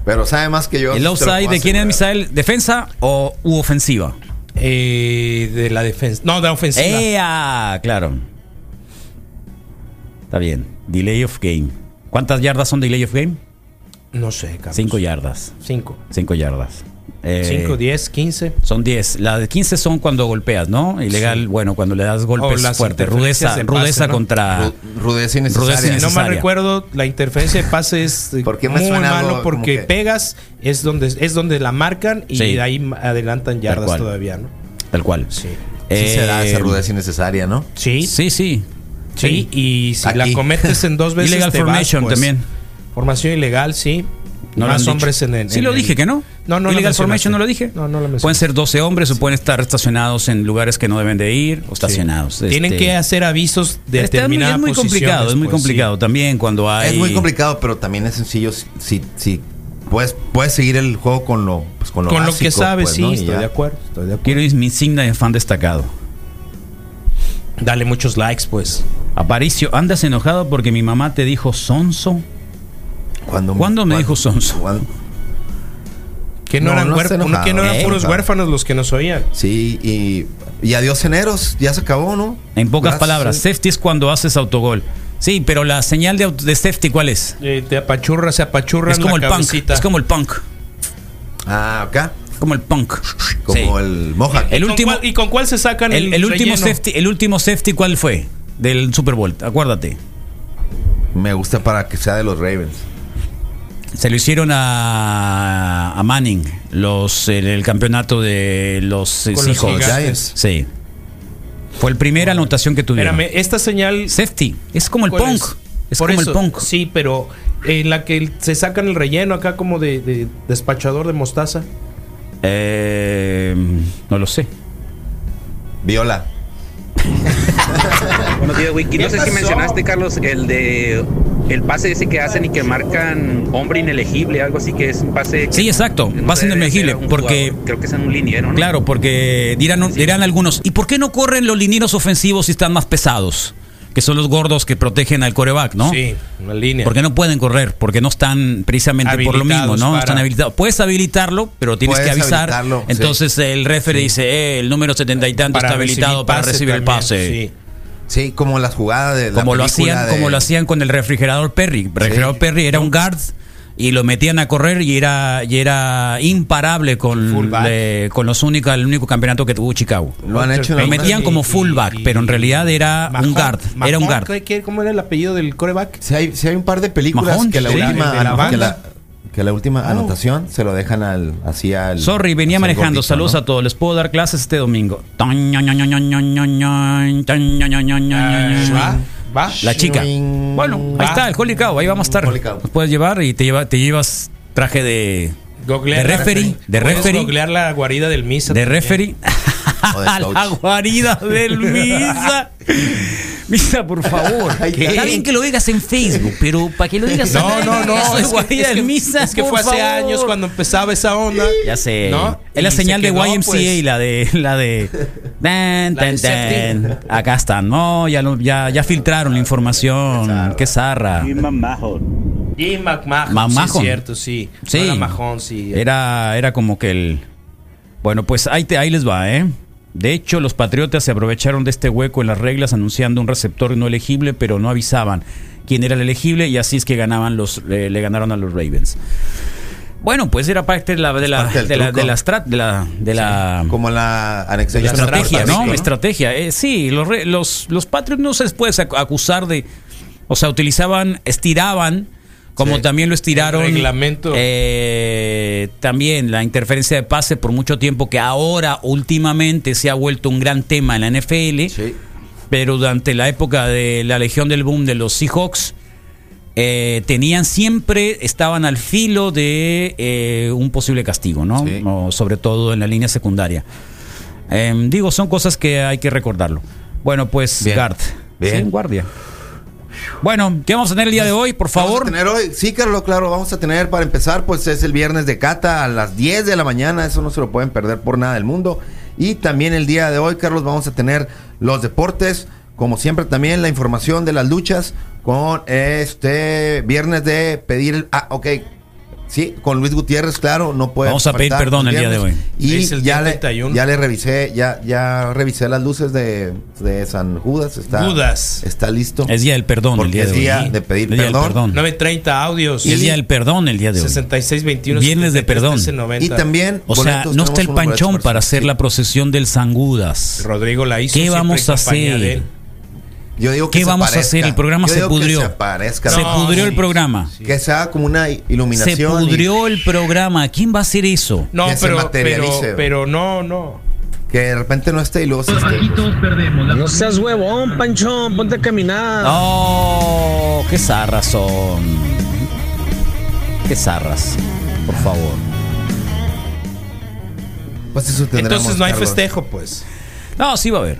Pero sabe más que yo. eso
¿El
te lo
offside
puedo
de quién es,
asegurar.
Misael? ¿Defensa o u ofensiva?
Eh, de la defensa. No, de ofensiva.
Eh, ¡Ea! Claro. Está bien. Delay of game. ¿Cuántas yardas son delay of game?
No sé, Carlos.
Cinco yardas.
5.
Cinco yardas. Eh,
5, 10, 15.
Son 10. Las de 15 son cuando golpeas, ¿no? Ilegal,
Sí.
bueno, cuando le das
O
golpes
Oh, las
fuertes.
interferencias
Rudeza,
de pase,
rudeza
¿no?
contra.
Ru- Rudeza innecesaria.
Rudeza
No
innecesaria.
me
necesaria.
recuerdo, la interferencia de pase es eh,
¿Por qué me
muy
suena algo
malo porque
como que-
pegas, es donde, es donde la marcan y
Sí.
de ahí ma- adelantan yardas
cual. Eh,
todavía, ¿no?
tal cual.
Sí. será esa rudeza innecesaria, ¿no?
Sí.
Sí, sí.
Sí, y si la
Aquí.
cometes en dos veces.
Illegal
te vas,
formation
pues.
también.
Formación ilegal, sí.
No lo
Más
han dicho.
hombres en el.
Sí
en
lo
el-
dije, ¿que no?
No, no. lo
Illegal
mencionaste.
Formation, ¿no lo dije?
No, no lo mencioné.
Pueden ser 12 hombres o pueden estar estacionados en lugares que no deben de ir o estacionados.
Tienen
Este,
que hacer avisos de
Está muy-
determinada
es muy
posición
complicado, es muy
después, sí.
complicado también cuando hay
Es muy complicado, pero también es sencillo si, si, si puedes, puedes seguir el juego con lo, pues, con lo,
Con lo
básico,
que sabes,
pues,
sí,
¿no? Y
estoy
ya.
de acuerdo. Estoy de acuerdo.
Quiero ir mi insignia de fan destacado.
Dale muchos likes, pues.
Aparicio, ¿andas enojado porque mi mamá te dijo sonso?
Cuando
¿Cuándo me dijo sonso?
Que no,
No,
eran,
no
huer-
está enojado,
que no eran
no está
puros
enojado.
huérfanos los que nos oían.
Sí, y, y adiós eneros, ya se acabó, ¿no?
En pocas
Gracias,
palabras,
sí.
safety es cuando haces autogol. Sí, pero la señal de, aut- de safety, ¿cuál es?
Eh, te apachurra, se apachurra.
Es como el punk. Es como el punk.
Ah, acá.
Como el punk.
Como el Mohawk.
El
¿Con
último,
cuál- ¿Y con cuál se sacan
el,
el,
el último
relleno?
safety, el último safety, ¿cuál fue? Del Super Bowl, acuérdate.
Me gusta para que sea de los Ravens.
Se lo hicieron a, a Manning, los el, el campeonato de los eh,
Con los
Seahawks.
gigantes.
Sí. Fue la primera anotación que tuvieron.
Espérame, esta señal.
Safety. Es como el
¿Cuál
punk. Es
Por
como el
eso,
punk.
Sí, pero en la que se sacan el relleno acá como de, de despachador de mostaza.
Eh, no lo sé.
Viola.
Buenos días, Wiki. No sé si mencionaste, Carlos, el de el pase ese que hacen y que marcan hombre inelegible, algo así que es un pase. que
Sí, exacto.
no
Va siendo
debe ser
elegible
a un
porque
jugador. creo que es en un liniero, ¿no?
Claro, porque dirán, dirán algunos, ¿y por qué no corren los linieros ofensivos si están más pesados? Que son los gordos que protegen al coreback, ¿no?
Sí, una línea.
Porque no pueden correr, porque no están precisamente por lo mismo,
Habilitados
¿no? No
para-
están habilitados. Puedes habilitarlo, pero tienes
Puedes
que avisar.
habilitarlo, sí.
Entonces el referee dice, eh, el número setenta y tanto
Para
está
recibir
habilitado para
pase
recibir el
también,
pase.
sí. Sí, como las jugadas de la
Como lo
película
hacían,
de-
como lo hacían con el refrigerador Perry. El refrigerador Perry era un guard y lo metían a correr y era, y era imparable con,
Fullback.
eh, con los únicos, el único campeonato que tuvo Chicago.
Lo han hecho en
Lo
algunas-
metían como fullback, pero en realidad era un guard. era un
Mahone,
guard.
¿qué- qué- ¿Cómo era el apellido del coreback?
Si hay, si hay un par de películas
Mahomes,
que la
sí,
última,
de la
que,
banda.
la, que la última
Ah,
anotación se lo dejan al, así al.
Sorry,
hacia
venía
el
manejando.
gordito,
Saludos
¿no?
a todos. Les puedo dar clases este domingo.
Ah,
¿Va? Ah, ¿Va?
La chica. Bueno, ahí
Va.
está, el Holy Cow. Ahí vamos a estar. Nos puedes llevar y te, lleva, te llevas traje de.
Googlear
de
la-
referee, de
Puedes
referee.
googlear la guarida del misa.
De
también.
referee.
O de
A la
coach.
guarida del Misa. Misa, por favor.
¿Qué?
Está bien que lo digas en Facebook, pero para que lo digas
No, no,
online,
no.
eso de
es que-
guarida
es que-
del Misa.
Es que
por
fue hace
favor.
años cuando empezaba esa onda.
Ya sé.
¿No?
Es la
Y se
señal
quedó,
de YMCA,
pues.
la de. La de. Tan,
La de
tan, tan. Acá están. No, ya, lo- ya, ya filtraron la información. Qué zarra.
Jim McMahon.
McMahon.
Sí, cierto, sí.
Sí.
No era Mahone, sí.
Era, era como que el. Bueno, pues ahí, te- ahí les va, ¿eh? De hecho, los Patriotas se aprovecharon de este hueco en las reglas anunciando un receptor no elegible, pero no avisaban quién era el elegible y así es que ganaban los, le, le ganaron a los Ravens. Bueno, pues era parte de la de la
parte del
de la,
truco.
de la strat- de la- de la-
Como la anexión.
la estrategia, ¿no? La estrategia. eh, sí, los, re- los, los Patriots no se les puede sac- acusar de. O sea, utilizaban, estiraban, como
Sí.
también lo estiraron.
El reglamento.
eh, también la interferencia de pase por mucho tiempo, que ahora últimamente se ha vuelto un gran tema en la NFL. Pero durante la época de la legión del boom de los Seahawks. eh, tenían siempre, estaban al filo de eh, un posible castigo, ¿no? O sobre todo en la línea secundaria. Em, digo, son cosas que hay que recordarlo. Bueno, pues
Bien.
guard.
Bien.
Sí, guardia. Bueno, ¿qué vamos a tener el día de hoy, por
Vamos a
favor?
tener hoy, sí, Carlos, claro, vamos a tener para empezar, pues es el viernes de Cata a las 10 de la mañana, eso no se lo pueden perder por nada del mundo. Y también el día de hoy, Carlos, vamos a tener los deportes, como siempre también la información de las luchas con este viernes de pedir el... Ah, ok. Sí, con Luis Gutiérrez, claro, no puede
Vamos a pedir
faltar
perdón
los
el día de
viernes.
hoy.
Es
Y
el
ya
día
le,
31.
ya le revisé, ya, ya revisé las luces de, de San Judas. Está,
Judas.
Está listo.
Es día del perdón el
Porque
día
es
de hoy.
día
Sí.
de pedir
Día del
perdón.
9.30 audios.
Y es día del perdón el día de hoy.
6621.
Viernes de perdón.
Y también,
O sea,
boletos,
no está el
tenemos unos boletos
panchón para
participar.
hacer la procesión del Sangudas.
Rodrigo la hizo.
¿Qué
siempre
vamos
en
a
compañía de
hacer?
él.
Yo digo que
¿Qué
se
vamos a
aparezca.
hacer? El programa
Yo
se
digo que
pudrió.
se aparezca.
Se
No,
pudrió
sí,
el programa.
Que sea como una iluminación.
Se
y-
pudrió el programa. ¿Quién va a hacer eso?
No,
que se
pero,
materialice.
pero, pero no, no. que de repente no esté y luego sí esté.
No
seas
huevón, Panchón, ponte a caminar. Oh, qué zarras son. Qué zarras, por favor.
Pues eso tendremos,
Entonces no hay
Carlos.
festejo, pues.
No, sí va a haber.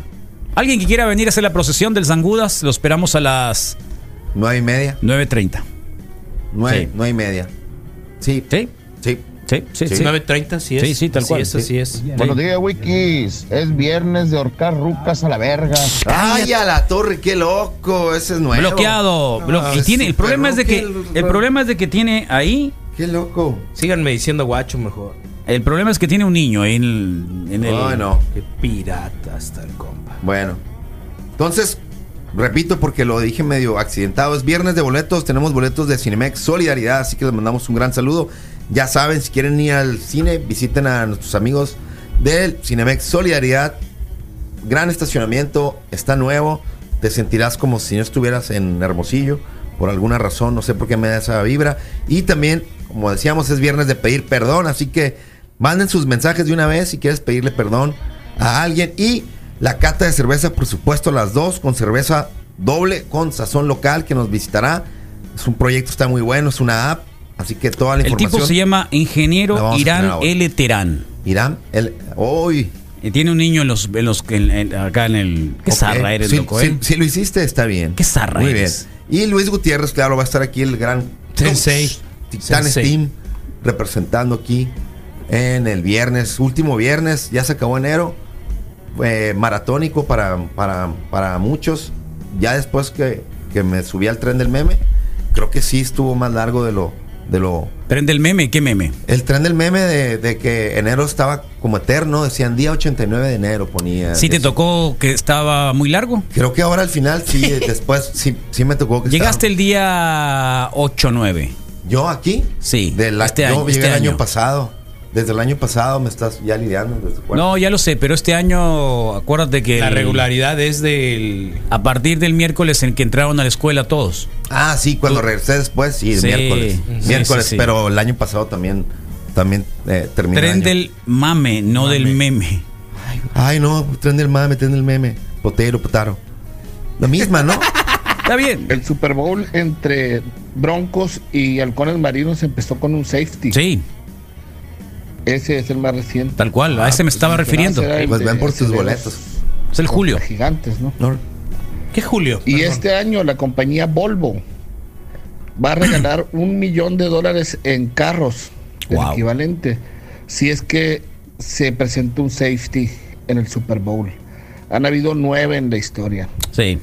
Alguien que quiera venir a hacer la procesión del Zangudas, lo esperamos a las
Nueve y media.
9.30.
Nueve,
Sí.
nueve y media. Sí.
¿Sí?
Sí.
Sí, sí, sí.
9.30, sí es.
Sí, sí, tal
Así
cual.
es, así es.
Buenos días, Wikis. Es viernes de horcar rucas a la verga.
Ay, a la torre, qué loco. Ese es nuevo.
Bloqueado. blo-
Ah,
y tiene, el
súper
problema es de que
rock el-
el problema es de que tiene ahí.
Qué loco.
Síganme diciendo guacho mejor.
El problema es que tiene un niño ahí en el. En el
Ay, no.
Qué pirata está el compa.
Bueno. Entonces, repito porque lo dije medio accidentado. Es viernes de boletos. Tenemos boletos de Cinemex Solidaridad. Así que les mandamos un gran saludo. Ya saben, si quieren ir al cine, visiten a nuestros amigos del Cinemex Solidaridad. Gran estacionamiento. Está nuevo. Te sentirás como si no estuvieras en Hermosillo. Por alguna razón, no sé por qué me da esa vibra. Y también, como decíamos, es viernes de pedir perdón. Así que manden sus mensajes de una vez si quieres pedirle perdón a alguien. Y la cata de cerveza, por supuesto, las dos, con cerveza doble, con sazón local, que nos visitará. Es un proyecto, está muy bueno, es una app. Así que toda la
El
información.
tipo se llama
La
Ingeniero
vamos a tener
Irán
ahora.
L. Terán.
Irán, el. Hoy.
Y Eh, tiene un niño en los, en los- en- en- acá en el. Qué zarra eres,
si,
loco,
si-
¿eh?
si lo hiciste, está bien.
Qué zarra
Muy bien.
eres.
Y Luis Gutiérrez, claro, va a estar aquí el gran
Sensei.
Titán
Sensei.
Steam representando aquí en el viernes, último viernes, ya se acabó enero, eh, maratónico para, para, para muchos. Ya después que, que me subí al tren del meme, creo que sí estuvo más largo de lo... De lo
Prende el meme, ¿qué meme?
el tren del meme de, de que enero estaba como eterno, decían día 89 de enero, ponía.
Si te
Decía-
tocó que estaba muy largo.
Creo que ahora al final, sí, después sí, sí me tocó que
Llegaste el día 8-9.
estaba- Yo aquí,
Sí.
de la-
este
yo
año.
llegué
este
el año,
año.
pasado. Desde el año pasado me estás ya lidiando. desde cuándo.
No, ya lo sé, pero este año, acuérdate que.
La
el-
regularidad es del.
A partir del miércoles en que entraron a la escuela todos.
Ah, sí, cuando regresé después, sí, el
Sí,
miércoles.
sí,
miércoles,
sí, sí.
pero el año pasado también, también eh, terminó. el
Tren
año.
del mame, no del meme.
Ay, no, tren del mame, tren del meme. Potero, potaro. La misma, ¿no?
Está bien.
El Super Bowl entre Broncos y Halcones Marinos empezó con un safety.
Sí,
Ese es el más reciente. Ah,
tal cual. A ese me estaba refiriendo.
Pues ven por tus boletos.
Es el Julio.
Gigantes, ¿no?
No,
¿Qué Julio?
Y
Perdón.
este año la compañía Volvo va a regalar un millón de dólares en carros, el
Wow.
equivalente, si es que se presentó un safety en el Super Bowl. Han habido nueve en la historia.
Sí.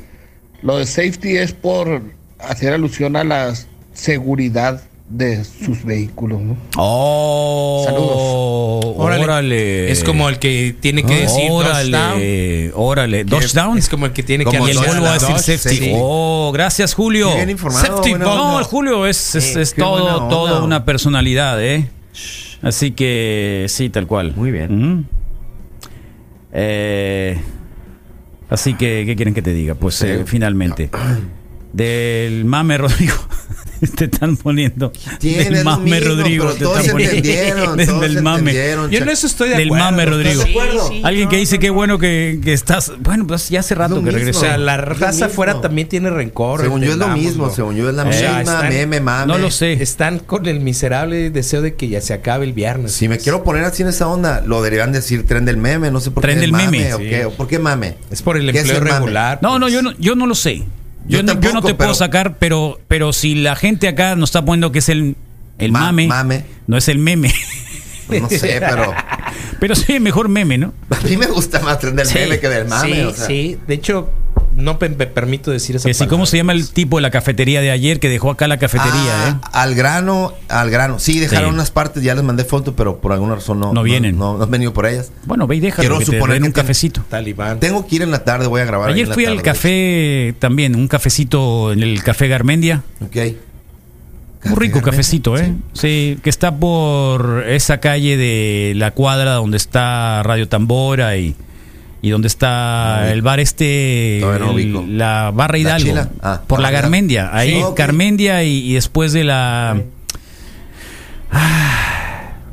Lo de safety es por hacer alusión a la seguridad de sus vehículos, ¿no?
Oh,
Órale.
órale.
Es como el que tiene que decir touchdown.
Eh, Ah, Órale, órale. Touchdown.
Es como el que tiene que
Como
Y el
touchdown,
anunciar
vuelvo a decir
touch,
safety.
sí.
Oh, gracias, Julio.
Qué bien informado,
Safety
buena
ball.
onda.
No, el Julio es, es,
Eh,
es
qué buena
todo,
onda.
todo una personalidad, ¿eh? Así que sí, tal cual.
Muy bien.
Ujú. Eh, así que, ¿qué quieren que te diga? Pues eh, finalmente. Del mame Rodrigo. te están poniendo.
Tiene
del
lo
mame
mismo,
Rodrigo.
pero
Te
todos
están
entendieron,
poniendo.
todos
del mame.
entendieron.
Yo en eso estoy de
Del
acuerdo.
mame,
¿estás de
Rodrigo.
acuerdo?
Alguien que dice qué bueno que, que estás. Bueno, pues ya hace rato
lo
que
mismo.
O
regresé.
sea, la
Es lo
raza
mismo.
afuera también tiene rencor.
Según yo es lo
entendámoslo.
mismo, según yo es la
O sea,
misma,
están-
meme, mame.
No lo sé.
Están con el miserable deseo de que ya se acabe el viernes.
Si me quiero poner así en esa onda, lo deberían decir tren del meme, no sé por
Tren
qué.
del
mame,
meme,
¿o
sí.
qué? ¿O ¿Por qué mame?
Es por el
¿Qué es
empleo
el mame?
regular.
No, no,
pues.
yo no, yo no lo sé.
Yo
Yo, no, yo no
tampoco,
te puedo
pero-
sacar, pero, pero si la gente acá nos está poniendo que es el, el
Ma-
mame,
mame.
no es el meme.
Pues no sé, pero
pero sí, mejor meme, ¿no?
a mí me gusta más tren del
Sí,
meme que del mame.
Sí,
o sea.
sí. De hecho, no pe- me permito decir esa
Que sí, ¿cómo
palabra.
se llama el tipo de la cafetería de ayer que dejó acá la cafetería, eh?
Ah, Al grano, al grano. Sí, dejaron
Sí.
unas partes, ya les mandé foto, pero por alguna razón no,
No vienen.
No, no han venido por ellas.
eh? Bueno, ve y déjalo
Quiero
que te
suponer
den
que
un
tiene-
cafecito.
Talibán.
Tengo que ir en la tarde, voy a grabar. ahí en
Ayer
la
fui al
tarde.
café también, un cafecito en el Café Garmendia.
Ok.
Un rico
Café
cafecito, ¿eh?
Garmendia,
Sí. que está por esa calle de la cuadra donde está Radio Tambora y, y donde está
Ah,
el bar este,
Todavía no
el-
ubico.
la barra
¿La
Hidalgo,
Chila? Ah,
por la
ah, ya.
Garmendia, ahí
Sí, ok.
Garmendia y, y después de la...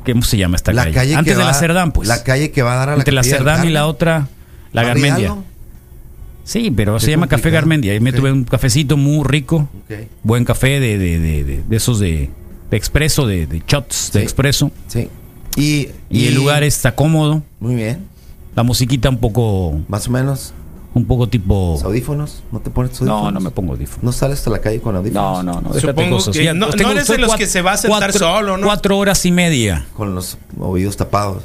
¿Cómo Ah, se llama esta
La
calle?
calle
Antes
que
de la
va-
Cerdán, pues.
la calle que va a dar a la
Entre la
capilla del
Cerdán y
Carmen.
la otra, la
¿Barrial,
Garmendia.
no?
Sí, pero
Qué
se llama Café
complicado.
Garmendia. Ahí me
Ok.
tuve un cafecito muy rico.
Ok.
Buen café de, de, de, de- de esos de, de expreso, de, de shots de
Sí.
expreso.
Sí. Y,
Y, el lugar está cómodo.
Muy bien.
La musiquita un poco.
Más o menos.
Un poco tipo.
¿Los audífonos? ¿No te pones tus audífonos?
Oh. No, no me pongo audífonos.
¿No sales a la calle con audífonos?
No, no, no. déjate
Supongo
cosas.
que
Ya,
no,
tengo-
no eres
soy
de los
cuatro-
que se va a sentar
cuatro-
solo, ¿no?
Cuatro horas y media.
Con los oídos tapados.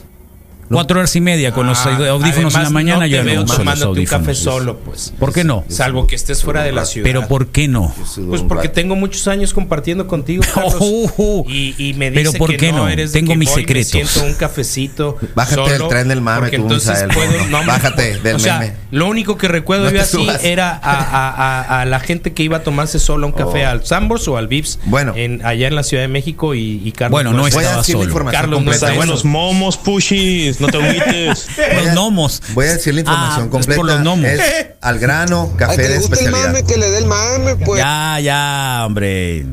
Cuatro horas y media con los
Ah,
audífonos en la
además,
mañana.
no
yo
te
no
veo
uso los
tomándote un café
audífonos.
solo, pues.
¿Por qué no?
Salvo que estés fuera de la ciudad.
Pero ¿por qué no?
Pues porque tengo muchos años compartiendo contigo, Carlos.
Uh,
y, y me dice
Pero ¿por
que
qué no?
eres
Tengo
que
mis
voy,
secretos.
Me siento un cafecito.
Bájate
solo,
del tren del mame,
porque
tú,
entonces
Misael,
puedo-
no, no.
me-
Bájate del
o sea,
meme.
Lo único que recuerdo
No
yo
te
así
subas.
era a, a- a- a la gente que iba a tomarse solo un café
Oh.
al Sambors o al Vips
Bueno.
en, allá en la Ciudad de México y, y Carlos.
Bueno, no
es-
estaba
decir la
solo.
información
Carlos no
completa.
está
Bueno,
bueno,
Los
momos, pushis, no te agüites.
Los gnomos.
Voy a decir la información
Ah, es
completa.
por los gnomos.
Es al grano,
Al que
café de
le guste el
especialidad.
mame, que le dé el mame, pues.
Ya, ya, hombre.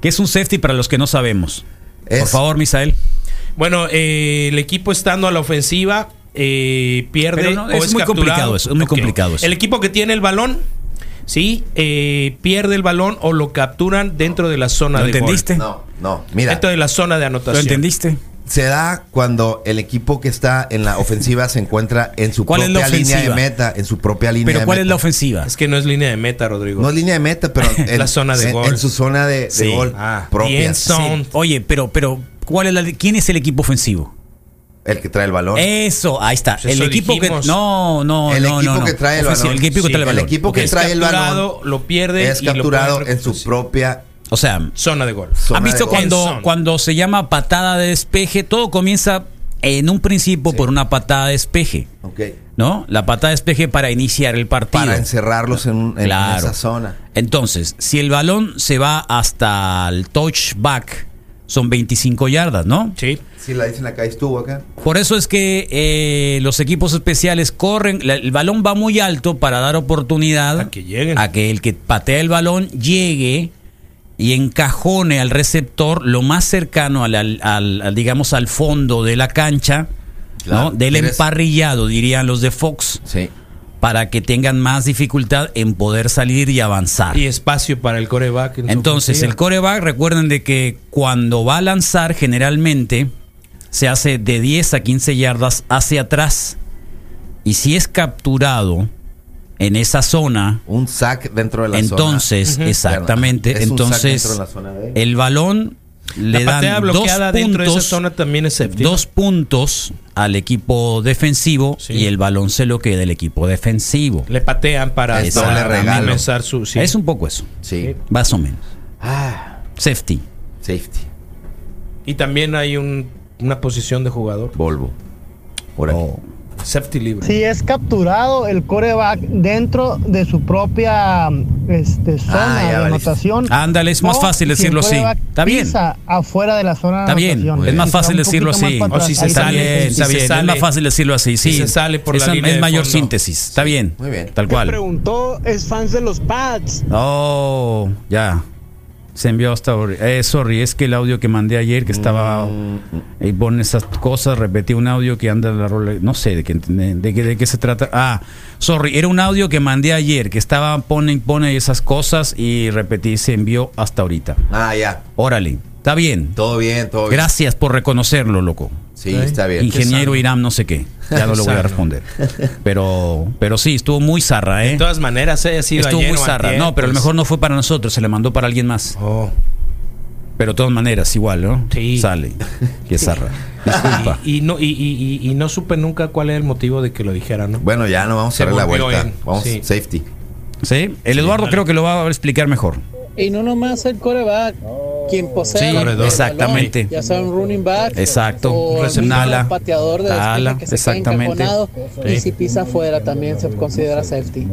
¿Qué es un safety para los que no sabemos? Por
Es-
favor, Misael.
Bueno, eh, el equipo estando a la ofensiva eh, pierde.
Pero no,
o
es muy
capturado.
complicado eso, es muy
Ok.
complicado eso.
El equipo que tiene el balón, sí, eh, pierde el balón o lo capturan dentro de la zona
¿Lo
de gol.
entendiste?
No, no. Mira,
Dentro de la zona de
¿Lo
anotación.
entendiste?
se da cuando el equipo que está en la ofensiva se encuentra en su
¿Cuál es la
propia línea de
ofensiva?
meta, en su propia línea
Pero
de
¿cuál es
meta.
la ofensiva?
Es que no es línea de meta, Rodrigo.
No es línea de meta, pero en,
La zona de
en-
gol.
en su zona de, de
Sí.
gol
Ah,
propia.
bien sound.
Sí. Oye, pero, pero ¿cuál es la, ¿quién es el equipo ofensivo?
El que trae el balón.
Eh, Eso, ahí está.
Pues
el
eso
equipo
dijimos.
que. No, no,
el
no,
equipo
no, no.
que trae el
Ofensivo,
balón.
El equipo que
Sí,
trae el balón.
equipo que
Ok.
Es
trae el
capturado,
balón
lo pierde
es
y lo ponen
capturado
en
en su
recurso.
propia
O sea,
Zona de gol.
zona
¿Han visto
de gol.
cuando,
Endzone.
cuando se llama patada de despeje? Todo comienza en un principio por una patada de despeje,
Ok.
¿no? La patada de despeje para iniciar el partido.
Para encerrarlos en, un- en
Claro.
esa zona.
Entonces, si el balón se va hasta el touchback, son 25 yardas, ¿no?
Sí.
Si la dicen acá, estuvo acá.
Por eso es que eh, los equipos especiales corren, la- el balón va muy alto para dar oportunidad
A que lleguen.
a que el que patea el balón llegue y encajone al receptor lo más cercano al, al- al- al, digamos al fondo de la cancha,
Claro,
¿no? del
eres-
emparrillado, dirían los de Fox,
Sí.
para que tengan más dificultad en poder salir y avanzar.
Y espacio para el coreback. en su
Entonces,
ofensiva.
el coreback, recuerden de que cuando va a lanzar, generalmente se hace de 10 a 15 yardas hacia atrás. Y si es capturado en esa zona,
Un sack dentro de la
entonces,
zona.
exactamente,
Es un sack
entonces
dentro de la zona de-
el balón
la
le
patea
dan dos
bloqueada dentro de esa
puntos,
zona también es séptima.
dos puntos al equipo defensivo
Sí.
y el balón se lo queda el equipo defensivo.
Le patean para
Es doble
para
regalo.
comenzar su. sí.
Es un poco eso,
Sí.
más o menos.
Ah,
Safety.
safety.
Y también hay un- una posición de jugador.
Volvo. Por aquí.
Safety libre.
Si es capturado el coreback dentro de su propia este,
ya
zona de
valiste.
anotación.
Ándale, es más
o
fácil
si el
decirlo así.
quarterback
Está bien.
pisa afuera de la zona de
Está bien,
anotación.
es más
Si se va
fácil
un poquito
decirlo
más para
así.
O si
atrás,
se
ahí
Está
sale,
bien,
si
está
se
bien.
sale.
es más fácil decirlo así, sí.
se sale por la
es,
línea
es
de
mayor
fondo.
síntesis, está bien.
muy bien.
Tal cual.
preguntó es fans de los pads.
Oh, ya. Se envió hasta ahora. Eh, sorry, es que el audio que mandé ayer que estaba y pone esas cosas, repetí un audio que anda la rola, no sé de qué de qué de qué se trata. Ah, sorry, era un audio que mandé ayer que estaba pone y pone esas cosas y repetí se envió hasta ahorita.
Ah, ya.
Órale, está bien.
Todo bien, todo bien.
Gracias por reconocerlo, loco.
Sí, está bien.
Ingeniero
sano.
Irán, no sé qué. Ya no lo voy a
Sano.
responder. Pero, pero sí, estuvo muy zarra,
De
¿eh?
todas maneras, eh, ha sido
Estuvo
ayer
muy
o
zarra.
antier,
No, pero a lo
pues.
mejor no fue para nosotros, se le mandó para alguien más.
Oh.
Pero de todas maneras, igual, ¿no?
Sí.
Sale. Qué zarra. Disculpa.
Y, y no, y, y- y- y no supe nunca cuál era el motivo de que lo dijera, ¿no?
Bueno, ya no vamos
Se
a darle la
volvió
vuelta.
en-
Vamos,
sí.
safety.
¿Sí? El Eduardo creo que lo va a explicar mejor.
Y no nomás el coreback, quien posee
Sí,
el balón,
exactamente.
ya sea un running back,
Exacto,
o
un
algún
ala,
pateador de despeje
ala,
que se quede
exactamente.
encajonado,
Sí.
y si pisa afuera también se considera safety.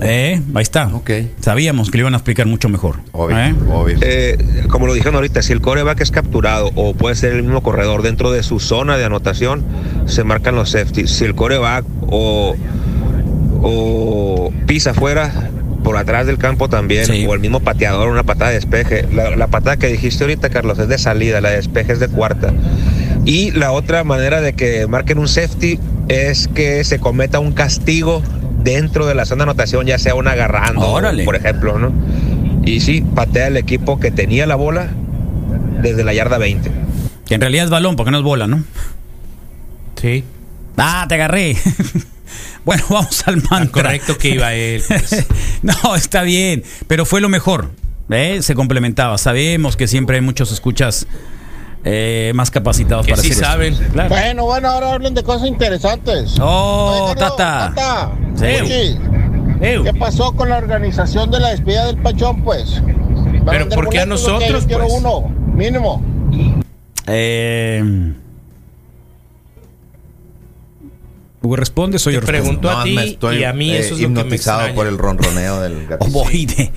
¿Eh? Ahí está.
Ok.
Sabíamos que lo iban a explicar mucho mejor.
Obvio,
¿Eh?
obvio.
Eh, como lo dijeron ahorita, si el coreback es capturado o puede ser el mismo corredor dentro de su zona de anotación, se marcan los safeties. Si el coreback o, o pisa afuera, por atrás del campo también, o el mismo pateador, una patada de despeje. La, la patada que dijiste ahorita, Carlos, es de salida, la de despeje es de cuarta. Y la otra manera de que marquen un safety es que se cometa un castigo dentro de la zona de anotación, ya sea un agarrando, por ejemplo, ¿no? Y sí, patea el equipo que tenía la bola desde la yarda 20.
Que en realidad es balón, porque no es bola, ¿no? Sí. Ah, te agarré. bueno, vamos al mantra.
Ah, correcto que iba él. pues.
no, está bien, pero fue lo mejor. ¿eh? Se complementaba. Sabemos que siempre hay muchos escuchas eh, más capacitados
Que
para
sí
hacer esto.
saben.
Claro.
Bueno, bueno, ahora hablen de cosas interesantes.
Oh,
Oye, Carlos,
Tata.
Tata.
Sí.
Puchi, ¿Qué pasó con la organización de la despedida del Pachón, pues?
Pero, ¿por qué a nosotros,
Yo quiero
pues?
uno, mínimo.
Eh, Hugo responde, soy yo respondo.
Pues pregunto a ti y a mí eso es lo que me
eh, hipnotizado
extraña.
por el ronroneo del gato.
Ovoide.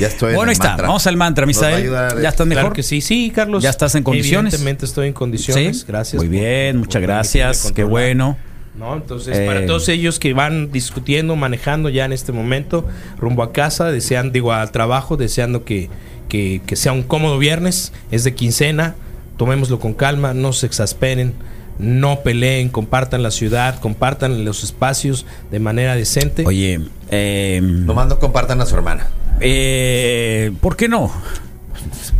Ya estoy en
Bueno,
el
ahí está.
mantra.
Vamos al Oh, mantra,
Nos va a
Misael.
ayudar,
¿Ya estás
eh, Claro
mejor?
que sí, sí, Carlos.
¿Ya estás en condiciones?
Evidentemente estoy en condiciones.
Sí.
Gracias.
Muy bien, muchas gracias. Qué bueno.
No, entonces
Eh.
para todos ellos que van discutiendo, manejando ya en este momento, rumbo a casa, deseando, digo, al trabajo, deseando que, que, que sea un cómodo viernes, es de quincena, tomémoslo con calma, no se exasperen, no peleen, compartan la ciudad, compartan los espacios de manera decente.
Oye, eh,
nomás
no compartan a su hermana.
¿Por qué no?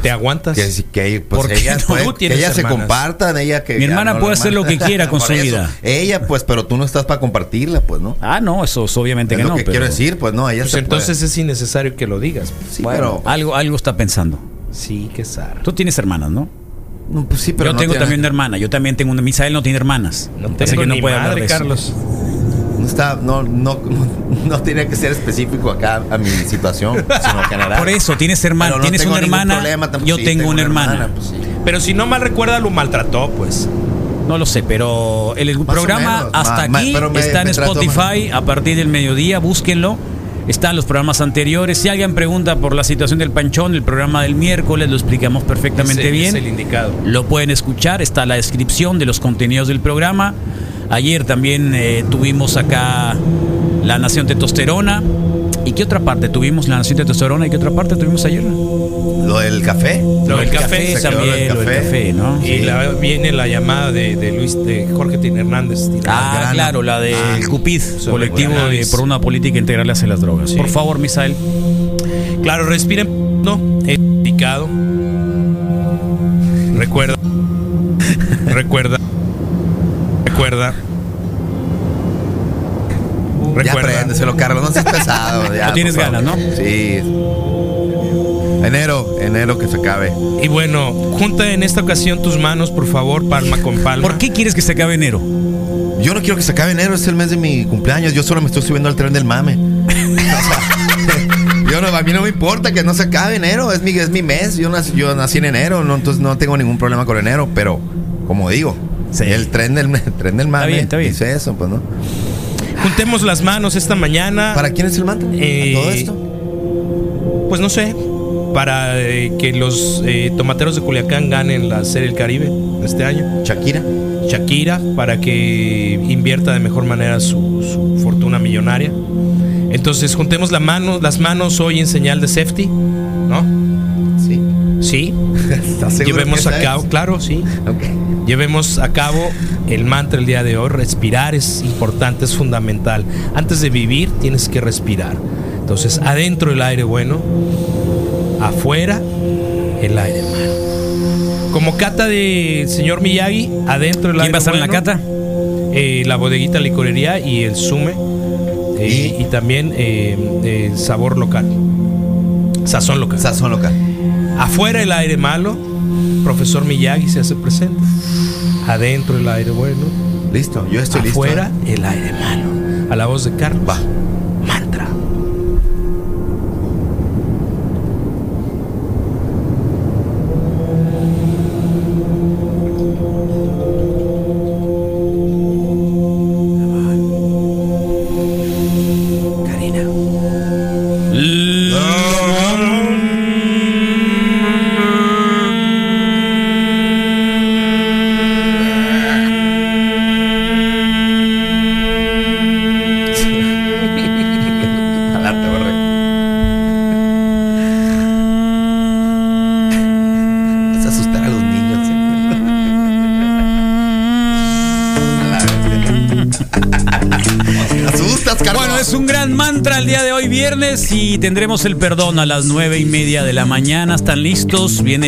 ¿Te aguantas?
Que, sí, que pues,
¿Por qué
ella,
no?
puede-
Tú
que
tienes
ellas se
hermanas.
compartan, ella que
Mi
ya
hermana
no, la
puede hacer lo que quiera con
Por
su
eso.
vida.
Ella pues, pero tú no estás para compartirla, pues, ¿no?
Ah, no, eso es obviamente
Es
que
lo
no.
que quiero decir, pues, no, ella
Pues
se
entonces es innecesario que lo digas.
Sí,
Bueno, algo, algo está pensando.
Sí, qué zar.
Tú tienes hermanas, ¿no?
No, pues sí, pero
yo
no
tengo
tiene-
también una hermana. Yo también tengo una. Misael no tiene hermanas.
No
Así
tengo
que no
ni
puede hablar
madre,
de eso.
Carlos.
No está, no, no, no tiene que ser específico acá a mi situación, sino general.
Por eso, tienes hermana,
Pero no
tienes
tengo
una
ningún
hermana,
problema tampoco.
yo
Sí,
tengo, una hermana.
pues, sí.
Pero si no mal recuerda, lo maltrató, pues.
No lo sé, pero el
o
programa
menos,
hasta
ma- ma-
aquí
pero me-
está en
me trató
Spotify a partir del mediodía, búsquenlo. Están los programas anteriores. Si alguien pregunta por la situación del panchón, el programa del miércoles lo explicamos perfectamente
Ese
bien.
Es el indicado.
Lo pueden escuchar, está la descripción de los contenidos del programa. Ayer también eh, tuvimos acá La Nación Testosterona. ¿Y qué otra parte? Tuvimos La Nación Testosterona y qué otra parte tuvimos ayer.
Lo del café.
Lo del café,
Se quedó
también,
lo del café,
¿no?
Y la- viene la llamada de, de Luis de Jorge Tin Hernández.
Ah, claro, la del CUPID, colectivo de- por una política integral hacia las drogas. Por favor, Misael.
Claro, respiren. No, es indicado. Recuerda. recuerda. Recuerda.
Ya
Recuerda.
préndeselo, Carlos, no seas pesado. ya,
No tienes
por favor.
ganas, ¿no?
Sí. Enero, enero que se acabe.
Y bueno, junta en esta ocasión tus manos, por favor, palma con palma. ¿Por
qué quieres que se acabe enero?
Yo no quiero que se acabe enero, es el mes de mi cumpleaños. Yo solo me estoy subiendo al tren del mame. O sea, yo no, a mí no me importa que no se acabe enero, es mi, es mi mes. Yo nací, yo nací en enero, no, entonces no tengo ningún problema con enero, pero como digo, el tren del, el tren del mame dice eso, pues no.
Juntemos las manos esta mañana.
¿Para quién es el mantra? ¿A todo
esto? Pues no sé. Para eh, que los eh, tomateros de Culiacán ganen la Serie del Caribe de este año.
Shakira.
Shakira, para que invierta de mejor manera su, su fortuna millonaria. Entonces, juntemos la mano, las manos hoy en señal de safety, ¿no?
Sí.
Sí.
¿Estás seguro
Llevemos
que esa
a
es?
cabo, claro, sí. Llevemos a cabo el mantra el día de hoy. Respirar es importante, es fundamental. Antes de vivir tienes que respirar. Entonces, adentro el aire bueno, afuera el aire malo. Como cata del señor Miyagi, adentro el aire
¿Quién va a estar en la
bueno,
cata?
eh, la bodeguita licorería y el sume. eh, y también eh, eh, sabor local. Sazón local.
Sazón local.
Afuera el aire malo, profesor Miyagi se hace presente. Adentro el aire bueno.
Listo, yo estoy listo, ¿eh?
Afuera el aire malo. A la voz de Carlos. Mantra. ¿eh?
gustas, Carlos.
Bueno, es un gran mantra el día de hoy, viernes, y tendremos el perdón a las nueve y media de la mañana. ¿Están listos? Viene.